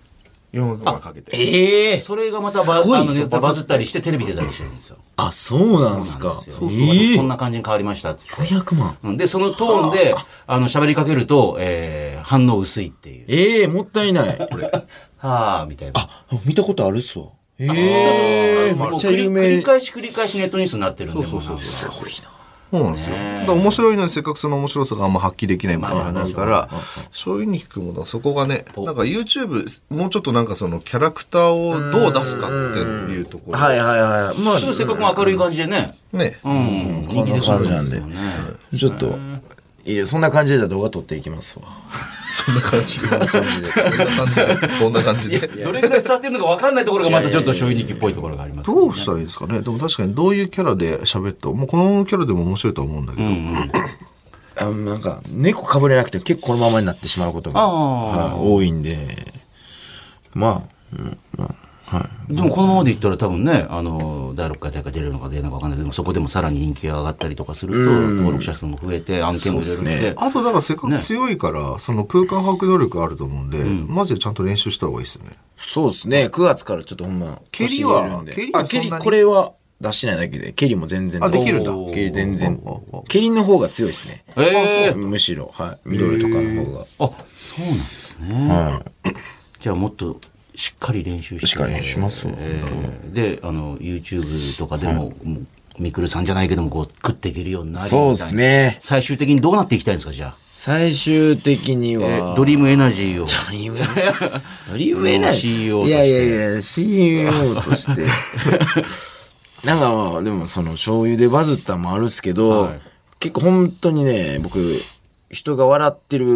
[SPEAKER 2] 400万かけて。
[SPEAKER 4] ええ
[SPEAKER 3] それがまたバあ
[SPEAKER 4] すごい
[SPEAKER 3] の
[SPEAKER 4] です
[SPEAKER 3] ネ
[SPEAKER 4] よ
[SPEAKER 3] タバズったりしてテレビ出たりしてるんですよ。
[SPEAKER 4] あ、そうなんですか。
[SPEAKER 3] そうそう
[SPEAKER 4] ええ
[SPEAKER 3] こんな感じに変わりましたっつって
[SPEAKER 4] 500万。
[SPEAKER 3] うんで、そのトーン で、あの、喋りかけると、えー反応薄いっていう。
[SPEAKER 4] ええもったいない。
[SPEAKER 3] はあみたいな。
[SPEAKER 4] あ、見たことあるっすわ。ええ
[SPEAKER 2] ええ
[SPEAKER 3] もう
[SPEAKER 4] めっちゃ有名
[SPEAKER 3] 繰り繰り返し繰り返しネットニュースになってるんで、
[SPEAKER 2] そうそうそうそ
[SPEAKER 3] もうなんか
[SPEAKER 2] そうなんですよ。
[SPEAKER 3] ねえ
[SPEAKER 2] だから面白いのにせっかくその面白さがあんま発揮できないみたい
[SPEAKER 3] まあ
[SPEAKER 2] な
[SPEAKER 3] まあ
[SPEAKER 2] なるから、そういうふうに聞くものはそこがね、
[SPEAKER 3] お
[SPEAKER 2] なんか YouTube、もうちょっとなんかそのキャラクターをどう出すかっていうところ。
[SPEAKER 4] はいはいはい。まあ、
[SPEAKER 3] そうせっかくも明るい感じでね。
[SPEAKER 2] ね。
[SPEAKER 3] うん。人気ですよ
[SPEAKER 4] こんな感じなんで
[SPEAKER 3] そうね
[SPEAKER 4] ちょっと、いや、そんな感じで動画撮っていきますわ。
[SPEAKER 2] そんな感じで。そんな感じで。どんな感じで。
[SPEAKER 3] どれぐらい伝わってるのか分かんないところがまたちょっと醤油日記っぽいところがありますね。
[SPEAKER 2] どうしたらいいですかね。でも確かにどういうキャラで喋ったもうこのキャラでも面白いとは思うんだけど。
[SPEAKER 4] あなんか、猫かぶれなくて結構このままになってしまうことが、
[SPEAKER 3] ああ
[SPEAKER 4] はい多いんで、まあ、うんまあ、はい。
[SPEAKER 3] でもこのままでいったら多分ね、あの、第6回大会出れるのか出ないのか分かんないけど、そこでもさらに人気が上がったりとかすると、登録者数も増えて、案件も出るん
[SPEAKER 4] そうっす
[SPEAKER 3] で
[SPEAKER 4] ね。
[SPEAKER 2] あとだからせっかく強いから、その空間把握能力あると思うんで、マジでちゃんと練習した方がいいですよね。
[SPEAKER 4] そうですね。9月からちょっとほんま、
[SPEAKER 2] 蹴りは
[SPEAKER 4] 年入れるんで
[SPEAKER 2] 蹴りは
[SPEAKER 4] あ、蹴り、
[SPEAKER 2] そんなに
[SPEAKER 4] これは出しないだけで、蹴りも全然
[SPEAKER 2] あできるんだ
[SPEAKER 4] おー蹴り全然
[SPEAKER 2] おーおーお。ー
[SPEAKER 4] 蹴りの方が強いですね。
[SPEAKER 3] ええ
[SPEAKER 4] むしろ、はい。ミドルとかの方
[SPEAKER 3] あ、そうなんですね。
[SPEAKER 4] が。はい。
[SPEAKER 3] じゃあもっとしっかり練習して。
[SPEAKER 4] しっかり練習しますわ
[SPEAKER 3] えーで、あの、YouTube とかでも、もうみくるさんじゃないけども、こう、食っていけるようになりみたい
[SPEAKER 4] そう
[SPEAKER 3] な
[SPEAKER 4] です。ね。
[SPEAKER 3] 最終的にどうなっていきたいんですか、じゃあ。
[SPEAKER 4] 最終的には、
[SPEAKER 3] えードリームエナジーを。
[SPEAKER 4] ドリームエナジー。ドリームエナジー。
[SPEAKER 3] CEO と
[SPEAKER 4] い
[SPEAKER 3] して
[SPEAKER 4] やいやいや、CEO として。 なんかまあ、でもその、醤油でバズったもあるっすけど、
[SPEAKER 3] はい
[SPEAKER 4] 結構本当にね、僕、人が笑ってる、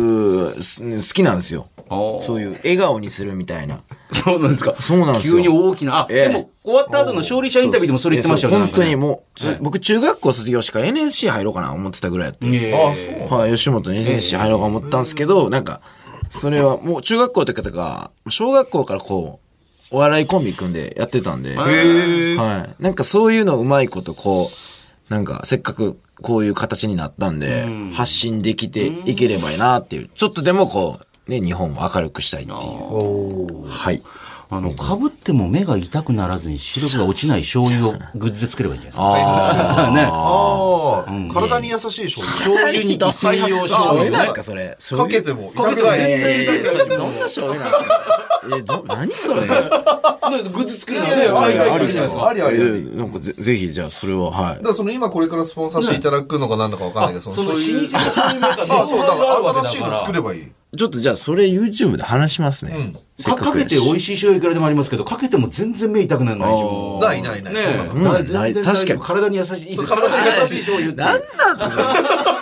[SPEAKER 4] す好きなんですよ。
[SPEAKER 3] ああ
[SPEAKER 4] そういう、笑顔にするみたいな。
[SPEAKER 3] そうなんですか。
[SPEAKER 4] そうなんですよ
[SPEAKER 3] 急に大きな。あ、
[SPEAKER 4] ええ
[SPEAKER 3] でも、終わった後の勝利者インタビューでもそれ言ってましたよね。
[SPEAKER 4] そう本当にもう、
[SPEAKER 3] はい
[SPEAKER 4] 僕中学校卒業してから NSC 入ろうかな思ってたぐらいやって。
[SPEAKER 3] あ、そうなんかね。
[SPEAKER 4] はい、吉本に NSC 入ろうか思ったんですけど、なんか、それはもう中学校とかとか、小学校からこう、お笑いコンビ組んでやってたんで、
[SPEAKER 2] へー
[SPEAKER 4] はい。なんかそういうのうまいことこう、なんかせっかくこういう形になったんで、発信できていければいいなっていう、ちょっとでもこう、ね、日本を明るくしたいっていう。はい。
[SPEAKER 3] あの、被っても目が痛くならずに視力が落ちない醤油をグッズで作ればいいんじゃない
[SPEAKER 4] あ
[SPEAKER 3] ですか。ね。
[SPEAKER 2] ああ、体に優しい醤油。
[SPEAKER 3] 醤油に専用
[SPEAKER 4] あ、
[SPEAKER 3] 醤
[SPEAKER 4] 醤
[SPEAKER 3] 油
[SPEAKER 4] 油なん
[SPEAKER 3] ね
[SPEAKER 4] ですか、それ。
[SPEAKER 2] かけても痛くない。
[SPEAKER 4] いやいやいやいやそれ
[SPEAKER 2] い
[SPEAKER 4] どんな醤油なんですかえ、ど、何それ
[SPEAKER 3] グッズ作るの
[SPEAKER 2] やいやあ
[SPEAKER 3] は
[SPEAKER 2] り
[SPEAKER 3] ね、
[SPEAKER 2] あ
[SPEAKER 3] あり
[SPEAKER 2] りで
[SPEAKER 3] じゃ
[SPEAKER 2] す
[SPEAKER 3] ないですか。
[SPEAKER 2] ありありあり。
[SPEAKER 4] えなんかぜぜひ、じゃあ、それは、はい
[SPEAKER 2] だか。らその今これからスポンサーしていただくのか何だかわかんないけど、
[SPEAKER 3] その老舗の
[SPEAKER 2] そう
[SPEAKER 3] 醤
[SPEAKER 2] いう。
[SPEAKER 3] 油メーカー
[SPEAKER 2] そうそう、だから新しいの作
[SPEAKER 3] か
[SPEAKER 2] ればいい。
[SPEAKER 4] ちょっとじゃあ、それ YouTube で話しますね。
[SPEAKER 2] ん
[SPEAKER 4] せっ
[SPEAKER 3] か
[SPEAKER 4] かく
[SPEAKER 3] けて
[SPEAKER 4] やし
[SPEAKER 3] 美味しい醤油いくらでもありますけど、かけても全然目痛くならないし。もう
[SPEAKER 2] ないないない。
[SPEAKER 3] ね
[SPEAKER 2] そうなの
[SPEAKER 4] ん
[SPEAKER 3] だから全然
[SPEAKER 4] ない
[SPEAKER 3] 大丈夫
[SPEAKER 4] 確かに
[SPEAKER 3] 体に優しい。
[SPEAKER 2] そう体に優しい
[SPEAKER 3] 醤油って。
[SPEAKER 4] なんなんすか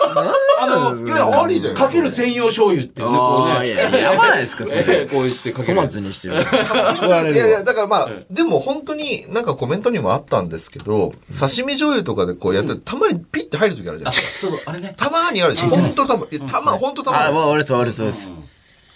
[SPEAKER 3] あの、い
[SPEAKER 2] いや、あ
[SPEAKER 3] わ
[SPEAKER 2] り
[SPEAKER 3] ゆ
[SPEAKER 2] だよ。
[SPEAKER 3] るかける専用醤油っていうね、こう
[SPEAKER 4] あー
[SPEAKER 3] ね
[SPEAKER 4] い。やいや、やばないですか、そ
[SPEAKER 3] ええ
[SPEAKER 4] れ。
[SPEAKER 3] こう言ってかける
[SPEAKER 4] 粗末 にしてる。怒られ
[SPEAKER 2] いやい
[SPEAKER 4] るわ
[SPEAKER 2] や、だからまあ、でも本当になんかコメントにもあったんですけど、刺身醤油とかでこうやって、たまにピッて入る時あるじゃん。
[SPEAKER 3] そうそう、あれね。
[SPEAKER 2] たまにあるじゃん。ほんとたま、いやたま、ほんとた
[SPEAKER 4] あ、
[SPEAKER 2] ま。
[SPEAKER 4] わ悪そう、悪そうです。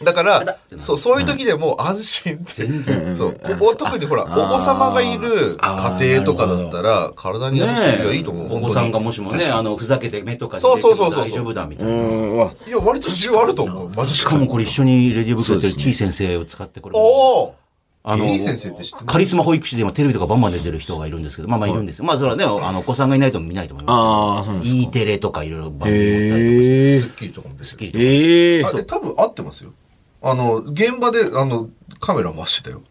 [SPEAKER 2] だから、そう、そういう時でもう安心って。
[SPEAKER 3] 全然。
[SPEAKER 2] そう、ここ特にほら、お子様がいる家庭とかだったら、体に優しい
[SPEAKER 3] ね
[SPEAKER 2] いや
[SPEAKER 3] え、
[SPEAKER 2] いいと思う。
[SPEAKER 3] お
[SPEAKER 2] 本当
[SPEAKER 3] 子
[SPEAKER 2] に
[SPEAKER 3] さんがもしもね、あの、ふざけて目とかに
[SPEAKER 2] そうそうそうそう
[SPEAKER 3] 入れても大丈夫だみたいうな。
[SPEAKER 4] ん、うわ。
[SPEAKER 2] いや、割と需要あると思う。マジ
[SPEAKER 3] しかもこれ一緒にレディオブックやってる T 先生を使ってこれ。
[SPEAKER 2] おお
[SPEAKER 3] あの
[SPEAKER 2] T 先生って知ってます
[SPEAKER 3] カリスマ保育士で今テレビとかバンバン出てる人がいるんですけど、まあまあいるんですよ。まあそれはね、あの、お子さんがいないと見ないと思いま
[SPEAKER 4] ああ、そうなん
[SPEAKER 3] す。
[SPEAKER 4] ですか。
[SPEAKER 3] E テレとかいろいろ番組持ったり
[SPEAKER 4] え
[SPEAKER 2] ス
[SPEAKER 4] え。
[SPEAKER 2] ッキリとかも出てる。
[SPEAKER 3] とか。
[SPEAKER 4] ええ
[SPEAKER 2] あ、。で多分合ってますよ。あの、現場で、あの、カメラ回してたよ。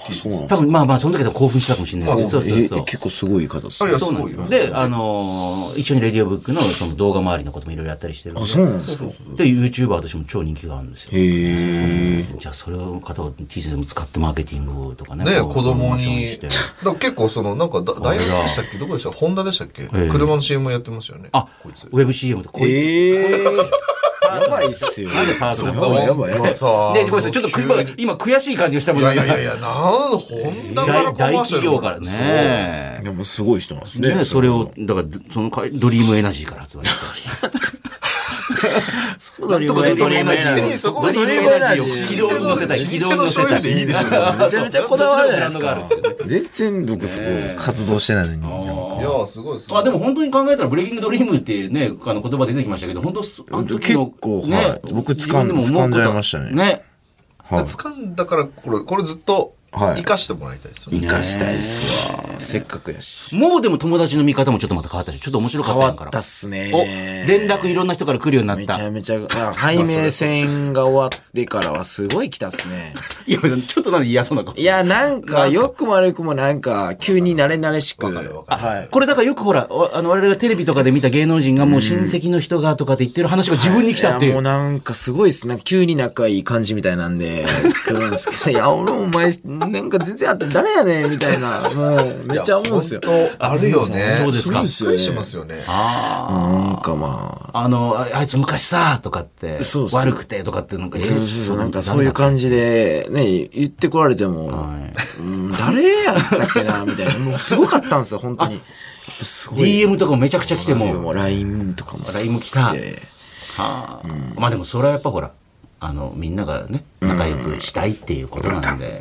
[SPEAKER 4] あそうなんだ
[SPEAKER 3] 多分まあまあその時は興奮したかもしれないですね。そう
[SPEAKER 4] え
[SPEAKER 3] そうそう
[SPEAKER 4] え。結構すごい方です
[SPEAKER 2] あい
[SPEAKER 4] ね。
[SPEAKER 2] や
[SPEAKER 3] そうなんで
[SPEAKER 2] す
[SPEAKER 3] す
[SPEAKER 2] ごい
[SPEAKER 3] よ。
[SPEAKER 2] よ
[SPEAKER 3] で、あのー一緒にレディオブックのその動画周りのこともいろいろやったりしてるん
[SPEAKER 4] あ、
[SPEAKER 3] で。
[SPEAKER 4] そうなんですか。
[SPEAKER 3] で、YouTuber としても超人気があるんですよ。
[SPEAKER 4] へえ。
[SPEAKER 3] じゃあそれを方を T 先生も使ってマーケティングとかね。
[SPEAKER 2] ね
[SPEAKER 3] こう
[SPEAKER 2] 子供
[SPEAKER 3] プロモーション
[SPEAKER 2] に。
[SPEAKER 3] して
[SPEAKER 2] だから結構その、なんかだ、大学でしたっけどこでしたホンダでしたっけ
[SPEAKER 3] ええ
[SPEAKER 2] 車の CM やってましたよね。
[SPEAKER 3] あ、
[SPEAKER 2] こいつ。
[SPEAKER 3] ウェブ CM とこいつ。
[SPEAKER 4] ええ。 やばいっすよ。
[SPEAKER 3] なんでパートナー
[SPEAKER 4] やばいやばいやばい。
[SPEAKER 2] さ
[SPEAKER 3] で、ごめんなさい、ちょっと
[SPEAKER 2] 急
[SPEAKER 3] 今
[SPEAKER 2] に
[SPEAKER 3] 今悔しい感じがしたもん
[SPEAKER 2] いやいやいやいや、
[SPEAKER 3] ね。
[SPEAKER 2] なん、ホンダから
[SPEAKER 3] 大
[SPEAKER 2] コマ
[SPEAKER 3] 大
[SPEAKER 2] ーシャ
[SPEAKER 3] 企
[SPEAKER 2] ル
[SPEAKER 3] 業からね。
[SPEAKER 4] でもすごい人なんですね。
[SPEAKER 3] ね、それを、だから、そのか、ドリームエナジーから発売した。
[SPEAKER 4] ドリームエナジー。
[SPEAKER 3] ドリームエナジー
[SPEAKER 2] 別にそこは
[SPEAKER 4] ドリームエナジー
[SPEAKER 3] 軌道に乗せたい。軌道に乗せた
[SPEAKER 2] 老舗の醤油でいいでしょそ
[SPEAKER 3] ょ。
[SPEAKER 4] めちゃめちゃこだわるじゃないで
[SPEAKER 3] ど
[SPEAKER 4] す
[SPEAKER 3] っちのブランドがあるんですよね
[SPEAKER 4] か。全然僕そこ活動してないのに。なんか
[SPEAKER 2] いや、すごいすごい
[SPEAKER 3] まあでも本当に考えたら、ブレイキングドリームってね、あの言葉出てきましたけど、本当そ、あの時の
[SPEAKER 4] 結構はい
[SPEAKER 3] ね
[SPEAKER 4] 僕掴ん
[SPEAKER 3] 自分でも思うこと
[SPEAKER 4] 掴んじゃいましたね
[SPEAKER 3] ね。
[SPEAKER 4] はい
[SPEAKER 2] 掴んだから、これ、これずっと、
[SPEAKER 4] はい
[SPEAKER 2] 生かしてもらいたいですよね
[SPEAKER 4] 生かしたいっすわ。せっかくやし。
[SPEAKER 5] もうでも友達の見方もちょっとまた変わったし、ちょっと面白かった
[SPEAKER 4] 変わ
[SPEAKER 5] やん
[SPEAKER 4] っ
[SPEAKER 5] から。
[SPEAKER 4] たっすね。
[SPEAKER 5] お、連絡いろんな人から来るようになっ
[SPEAKER 4] めちゃ
[SPEAKER 5] た。
[SPEAKER 4] めちゃ、あ対面戦が終わってからはすごい来たっすね。
[SPEAKER 5] いや、ちょっとなんで嫌そうな顔。
[SPEAKER 4] いや、なんか、良くも悪くもなんか、急に慣れ慣れしく。はい。
[SPEAKER 5] これだからよくほら、わあの、我々がテレビとかで見た芸能人がもう親戚の人がとかって言ってる話が自分に来たってい
[SPEAKER 4] やもう
[SPEAKER 5] う。
[SPEAKER 4] なんかすごいっすね。なんか急に仲いい感じみたいなんで、来るんですけど、いや、俺お前、なんか全然あって誰やねんみたいな、もう、めっちゃ思うんすよ。
[SPEAKER 2] 本当あるよね。
[SPEAKER 5] そうですか
[SPEAKER 2] びっくりしますよね。
[SPEAKER 4] なんかま
[SPEAKER 5] あの、ああいつ昔さ、とかって
[SPEAKER 4] そう、そう
[SPEAKER 5] 悪くてとかってなんか
[SPEAKER 4] あ、そうそうそうなんかそういう感じで、ね、言ってこられても、うん誰やったっけな、みたいな。もうすごかったんですよ、本当に。やっぱすごい。
[SPEAKER 5] DM とかもめちゃくちゃ来ても、
[SPEAKER 4] もう LINE とかもすごい
[SPEAKER 5] LINE 来たはあまあでもそれはやっぱほら、あの、みんながね、仲良くしたいっていうことなんで。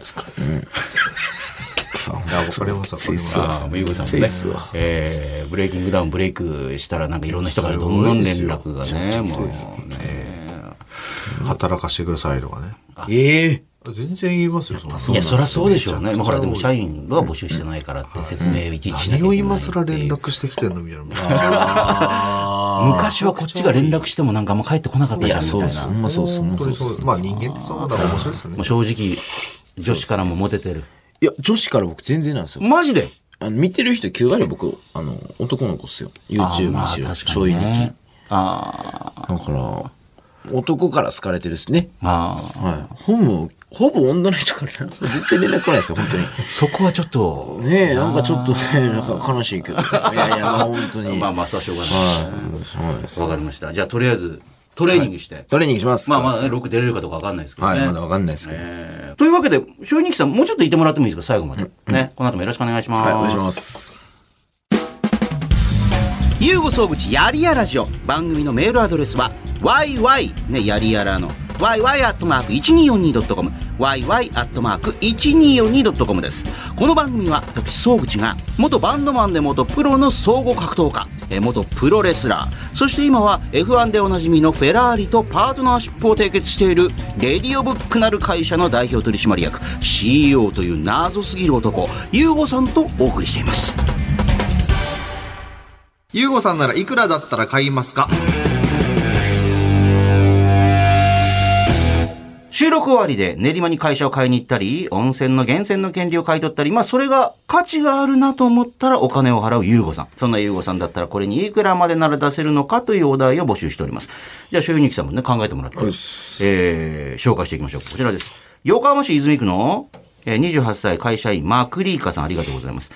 [SPEAKER 4] そう
[SPEAKER 2] いやわかりますわかります。
[SPEAKER 5] ああ、もうゆうこさんも
[SPEAKER 4] ついっ
[SPEAKER 5] ね
[SPEAKER 4] すわ、
[SPEAKER 5] えーブレイキングダウンブレイクしたらなんかいろんな人からどんどん連絡がね、もうね。
[SPEAKER 2] 働かしてくださいとかね。
[SPEAKER 4] ええ
[SPEAKER 2] 全然言いますよ、そんなの
[SPEAKER 5] いや、そりゃそうでしょうね。
[SPEAKER 2] めちゃ
[SPEAKER 5] まあ
[SPEAKER 2] くち
[SPEAKER 5] ほ
[SPEAKER 2] ゃ
[SPEAKER 5] ら、でも社員は募集してないからって説明をいちいちしなきゃいけないっていう
[SPEAKER 2] 何を今更連絡してきてんのみ たいな。
[SPEAKER 5] 昔はこっちが連絡してもなんかあんま帰ってこなかった
[SPEAKER 4] い
[SPEAKER 5] じゃ
[SPEAKER 4] や、
[SPEAKER 5] んみ
[SPEAKER 4] そう
[SPEAKER 5] た
[SPEAKER 4] で
[SPEAKER 5] い
[SPEAKER 4] す。
[SPEAKER 5] な。
[SPEAKER 4] ほんまそうです。ほん
[SPEAKER 2] 本
[SPEAKER 4] ま
[SPEAKER 2] 当に
[SPEAKER 4] そうです
[SPEAKER 2] そうです。まあ人間ってそうだから面白いですよ
[SPEAKER 5] もう
[SPEAKER 2] ね。
[SPEAKER 5] 正直、女子からもモテてる。
[SPEAKER 4] いや、女子から僕全然なんですよ。
[SPEAKER 5] マジで
[SPEAKER 4] あの見てる人9割僕、あの、男の子っすよ。YouTube にしろ、ちょいにき。だ。
[SPEAKER 5] あー
[SPEAKER 4] から、男から好かれてるっすね。
[SPEAKER 5] あー。
[SPEAKER 4] はい。ほぼ、ほぼ女の人からなんか絶対連絡来ないですよ、本当に。
[SPEAKER 5] そこはちょっと、
[SPEAKER 4] ねえ、なんかちょっとね、なんか悲しいけど。いやいや、まあ本当 に。
[SPEAKER 5] まあまあ、そうはしょうがない。
[SPEAKER 4] はい。もうしょうがないです
[SPEAKER 5] わかりました。じゃあ、とりあえず、トレーニングして。
[SPEAKER 4] トレーニングします。
[SPEAKER 5] まあまだね、6出れるかどうかわかんないですけど
[SPEAKER 4] はい、
[SPEAKER 5] ね。
[SPEAKER 4] まだわかんないですけど。
[SPEAKER 5] えーというわけで、正直さん、もうちょっといてもらってもいいですか、最後まで。ね、この後もよろしくお願いします。
[SPEAKER 4] はい、お願いします。
[SPEAKER 3] ゆうご総口やりやラジオ番組のメールアドレスは yy ねやりやらの yy.1242.com yy.1242.com ですこの番組は私総口が元バンドマンで元プロの総合格闘家えー元プロレスラーそして今は F1 でおなじみのフェラーリとパートナーシップを締結しているレディオブックなる会社の代表取締役 CEO という謎すぎる男ゆうごさんとお送りしています
[SPEAKER 2] ゆうごさんならいくらだったら買いますか
[SPEAKER 3] 収録終わりで練馬に会社を買いに行ったり、温泉の源泉の権利を買い取ったり、まあそれが価値があるなと思ったらお金を払う優吾さん。そんな優吾さんだったらこれにいくらまでなら出せるのかというお題を募集しております。じゃあ、所有日記さんもね、考えてもらって、
[SPEAKER 4] よ
[SPEAKER 3] えー、紹介していきましょう。こちらです。横浜市泉区の、えー28歳会社員マクリーカさんありがとうございます。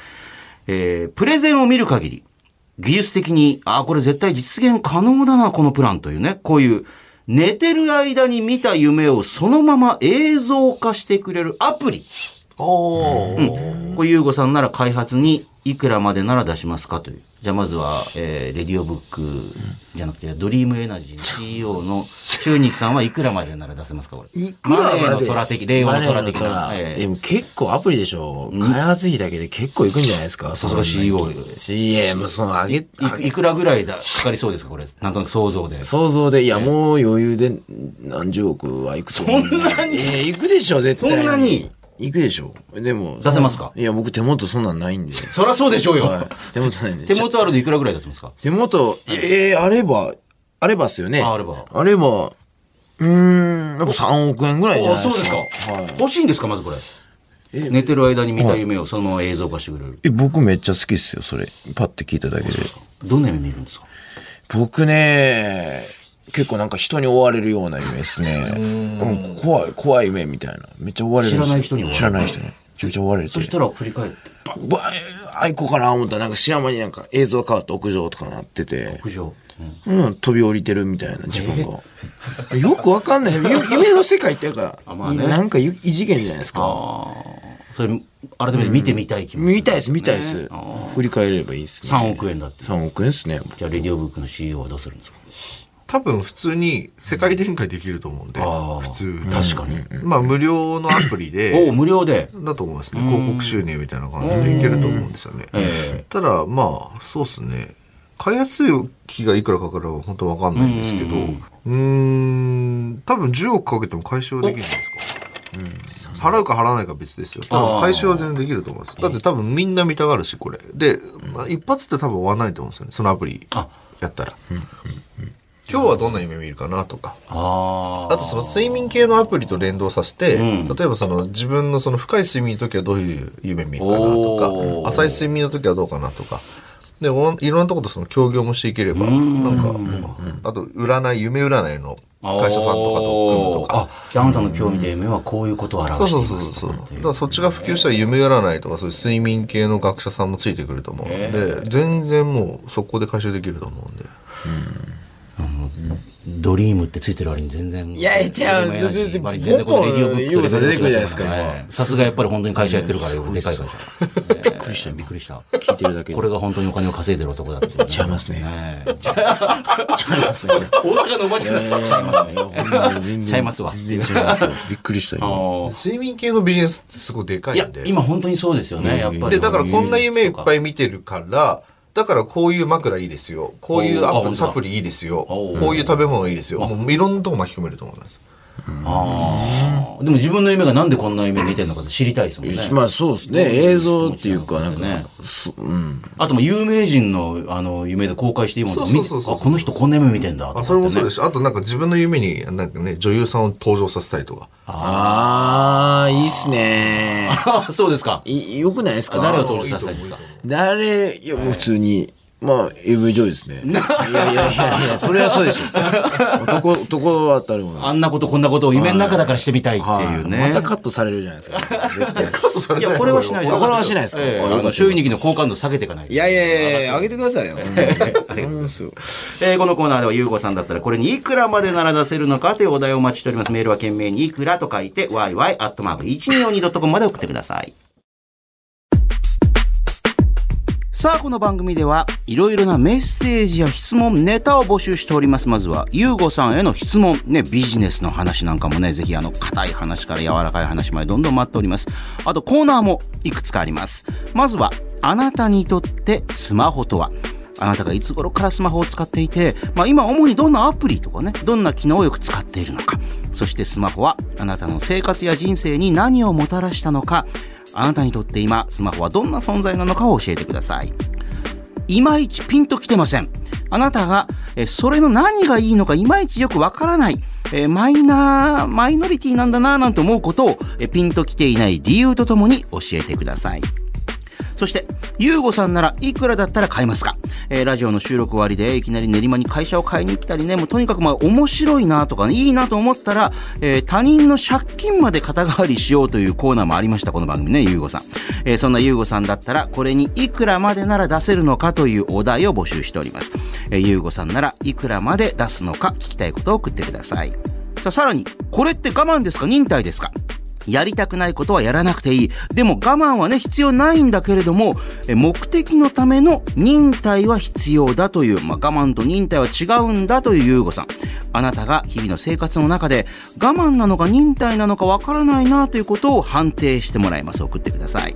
[SPEAKER 3] えー、プレゼンを見る限り、技術的に、あーこれ絶対実現可能だな、このプランというね、こういう、寝てる間に見た夢をそのまま映像化してくれるアプリ。
[SPEAKER 2] おー。
[SPEAKER 3] これ、ゆうごさんなら開発にいくらまでなら出しますかという。じゃあ、まずは、えー、レディオブックじゃなくて、ドリームエナジーの CEO の中日さんはいくらまでなら出せますか、これ。マネーの虎的、令和の虎的な。
[SPEAKER 4] マネーの
[SPEAKER 3] え
[SPEAKER 4] 虎
[SPEAKER 3] え
[SPEAKER 4] でも結構アプリでしょ。開発費だけで結構いくんじゃないですか。さ
[SPEAKER 3] すが CEO
[SPEAKER 4] CM、その上げ、上
[SPEAKER 3] い
[SPEAKER 4] げ
[SPEAKER 3] いくらぐらいだかかりそうですか、これ。なんとなく想像で。
[SPEAKER 4] 想像で、いや、もう余裕で何十億はいくそんなにいや、いくでしょ、絶対。
[SPEAKER 3] そんなに
[SPEAKER 4] いくでしょ。でも。
[SPEAKER 3] 出せますか
[SPEAKER 4] いや、僕手元そんなんな いんで。
[SPEAKER 5] そりゃそうでしょうよ。
[SPEAKER 4] はい手元ないんで。
[SPEAKER 3] 手元あるでいくらぐらい出せますか
[SPEAKER 4] 手元、ええあれば、あればっすよね。
[SPEAKER 3] ああれば
[SPEAKER 4] あれば、うーん、やっぱ3億円ぐらいじゃない
[SPEAKER 5] あそ
[SPEAKER 4] です
[SPEAKER 5] う
[SPEAKER 4] か。
[SPEAKER 5] ですか。
[SPEAKER 4] はい。
[SPEAKER 3] 欲しいんですか、まずこれ。寝てる間に見た夢をそのまま映像化してくれる。
[SPEAKER 4] え、僕めっちゃ好きっすよ、それ。パッて聞いただけで。
[SPEAKER 3] どんな夢見るんですか
[SPEAKER 4] 僕ね、結構なんか人に追われるような夢ですね。うん、怖い、怖い夢みたいな。めっちゃ追われるんで
[SPEAKER 3] 知
[SPEAKER 4] すよ
[SPEAKER 3] らない人に追われる
[SPEAKER 4] 知らない人に。めちゃめちゃ追われて
[SPEAKER 3] そ。したら振り返って、
[SPEAKER 4] ばあいこかな思ったら、なんか知らん間になんか映像変わって屋上とかなってて
[SPEAKER 3] 屋、上。うん
[SPEAKER 4] うん、飛び降りてるみたいな自分が。よくわかんない。ゆ夢の世界ってやか
[SPEAKER 3] あ
[SPEAKER 4] ら、
[SPEAKER 3] まあね
[SPEAKER 4] なんかゆ異次元じゃないですか。
[SPEAKER 3] ああ。それ、改めて見てみたい気持ち、
[SPEAKER 4] 見たいです、見たいです
[SPEAKER 3] あー。
[SPEAKER 4] 振り返ればいいですね。
[SPEAKER 3] 3億円だって。
[SPEAKER 4] 3億円ですね。
[SPEAKER 3] じゃあ、レディオブックの CEO はどうするんですか
[SPEAKER 2] 多分普通に世界展開できると思うんで、
[SPEAKER 3] ああ
[SPEAKER 2] 普通に
[SPEAKER 3] 確かに。
[SPEAKER 2] まあ無料のアプリ
[SPEAKER 3] おお、
[SPEAKER 2] で、
[SPEAKER 3] 無料で。
[SPEAKER 2] だと思うんですね。広告収入みたいな感じでいけると思うんですよね。
[SPEAKER 3] え
[SPEAKER 2] ただまあ、そうですね。開発費がいくらかかるかは本当わかんないんですけど、うーん、多分10億かけても解消できるんじゃないですか。払うか払わないか別ですよ。多分回収は全然できると思うんです。だって多分みんな見たがるし、これ。で、まあ一発って多分終わらないと思うんですよね。そのアプリやったら。今日はどんな夢見るかなとか。
[SPEAKER 6] あ
[SPEAKER 2] あとその睡眠系のアプリと連動させて、例えばその自分のその深い睡眠の時はどういう夢見るかなと
[SPEAKER 6] おー
[SPEAKER 2] か、浅い睡眠の時はどうかなとか。で、おいろんなとことその協業もしていければ、なんか、あと占い、夢占いの会社さんとかと組むとか。
[SPEAKER 6] ああなたの興味で夢はこういうことを表して
[SPEAKER 2] そう
[SPEAKER 6] い
[SPEAKER 2] そう
[SPEAKER 6] ます
[SPEAKER 2] そうそう。だからそっちが普及したら夢占いとかそういう睡眠系の学者さんもついてくると思うんで、全然もう速攻で回収できると思うんで。
[SPEAKER 6] ドリームってついてる割に全然。
[SPEAKER 4] いやいや違う
[SPEAKER 6] ドリームエナジー
[SPEAKER 4] だ
[SPEAKER 6] 割に全然
[SPEAKER 4] って
[SPEAKER 6] この営業部
[SPEAKER 4] ポンポン優子さん出てくるじゃないですか
[SPEAKER 6] はいさすがやっぱり本当に会社やってるからよくでかい会社。びっくりした。びっくりした。聞
[SPEAKER 4] いてるだけで
[SPEAKER 6] これが本当にお金を稼いでる男だって。
[SPEAKER 4] ちゃいますね。
[SPEAKER 6] ね
[SPEAKER 4] ちゃいますね。
[SPEAKER 6] 大阪のおばちゃん
[SPEAKER 4] いやいやいやほんまに全然
[SPEAKER 6] ちゃいますわ
[SPEAKER 4] 全然ちゃ いますよ。びっくりした
[SPEAKER 6] あ
[SPEAKER 4] 今。
[SPEAKER 6] ー
[SPEAKER 2] 睡眠系のビジネスってすごいでか
[SPEAKER 6] い
[SPEAKER 2] い
[SPEAKER 6] や
[SPEAKER 2] んで。、
[SPEAKER 6] 今本当にそうですよね。やっぱり。
[SPEAKER 2] で、だからこんな夢いっぱ
[SPEAKER 6] い。
[SPEAKER 2] い見てるから、だからこういう枕いいですよ。こういう
[SPEAKER 6] おーあ
[SPEAKER 2] ア
[SPEAKER 6] 本当だ
[SPEAKER 2] プリサプリいいですよ。
[SPEAKER 6] お
[SPEAKER 2] こ
[SPEAKER 6] ー
[SPEAKER 2] ういう食べ物いいですよ。もういろんなとこ巻き込めると思います。
[SPEAKER 6] あーでも自分の夢がなんでこんな夢見てるのかって知りたいですもんね。
[SPEAKER 4] まあそうですね。映像っていうか、なん
[SPEAKER 6] ね
[SPEAKER 4] か、すうん。
[SPEAKER 6] あともう有名人のあの夢で公開して今
[SPEAKER 2] そうそうそうそう
[SPEAKER 6] あこの人こんな夢見てんだと思
[SPEAKER 2] あ、
[SPEAKER 6] ってね
[SPEAKER 2] それもそうですし、あとなんか自分の夢に、なんかね、女優さんを登場させたりとか。
[SPEAKER 4] あー、いいっすね。
[SPEAKER 6] あ そうですか。
[SPEAKER 4] いよくないですか
[SPEAKER 6] 誰を登場させたいですか
[SPEAKER 4] 誰、いや、もう普通に、まあ、AV 女優で すね。いやいやいやいや、それはそうでしょ。男、男は誰も。
[SPEAKER 6] あんなことこんなことを夢の中だからしてみたいっていう
[SPEAKER 4] は
[SPEAKER 6] ね
[SPEAKER 4] また。カットされるじゃないですか。絶 対。
[SPEAKER 2] カットされ
[SPEAKER 6] い
[SPEAKER 2] ない
[SPEAKER 6] や、これはしないです。
[SPEAKER 4] これはしないですか
[SPEAKER 6] ええ
[SPEAKER 4] あよかった
[SPEAKER 6] あの収益の好感度下げていかないと。
[SPEAKER 4] いやいやいやいや、あげてくださ いよ。頼みますよ。
[SPEAKER 3] えーこのコーナーでは、ゆうごさんだったら、これにいくらまでなら出せるのかというお題をお待ちしております。メールは懸命にいくらと書いて、yy.1242.com まで送ってください。さあ、この番組では、いろいろなメッセージや質問、ネタを募集しております。まずは、ゆうごさんへの質問、ね、ビジネスの話なんかもね、ぜひ、あの、硬い話から柔らかい話までどんどん待っております。あと、コーナーもいくつかあります。まずは、あなたにとってスマホとはあなたがいつ頃からスマホを使っていて、まあ、今主にどんなアプリとかねどんな機能をよく使っているのかそしてスマホはあなたの生活や人生に何をもたらしたのかあなたにとって今スマホはどんな存在なのかを教えてくださいいまいちピンときてません。あなたが、えーそれの何がいいのかいまいちよくわからない、えーマイナー、マイノリティなんだなぁなんて思うことを、えーピンときていない理由とともに教えてください。そして、ゆうごさんならいくらだったら買えますか、えーラジオの収録終わりでいきなり練馬に会社を買いに来たりね、もうとにかくまあ面白いなとかね、いいなと思ったら、えー他人の借金まで肩代わりしようというコーナーもありました、この番組ね、ゆうごさん。えーそんなゆうごさんだったら、これにいくらまでなら出せるのかというお題を募集しております。えーゆうごさんならいくらまで出すのか聞きたいことを送ってください。さあ、さらに、これって我慢ですか忍耐ですかやりたくないことはやらなくていい。でも我慢はね、必要ないんだけれども、え目的のための忍耐は必要だという、まあ、我慢と忍耐は違うんだというゆうごさん。あなたが日々の生活の中で、我慢なのか忍耐なのかわからないなということを判定してもらいます。送ってください。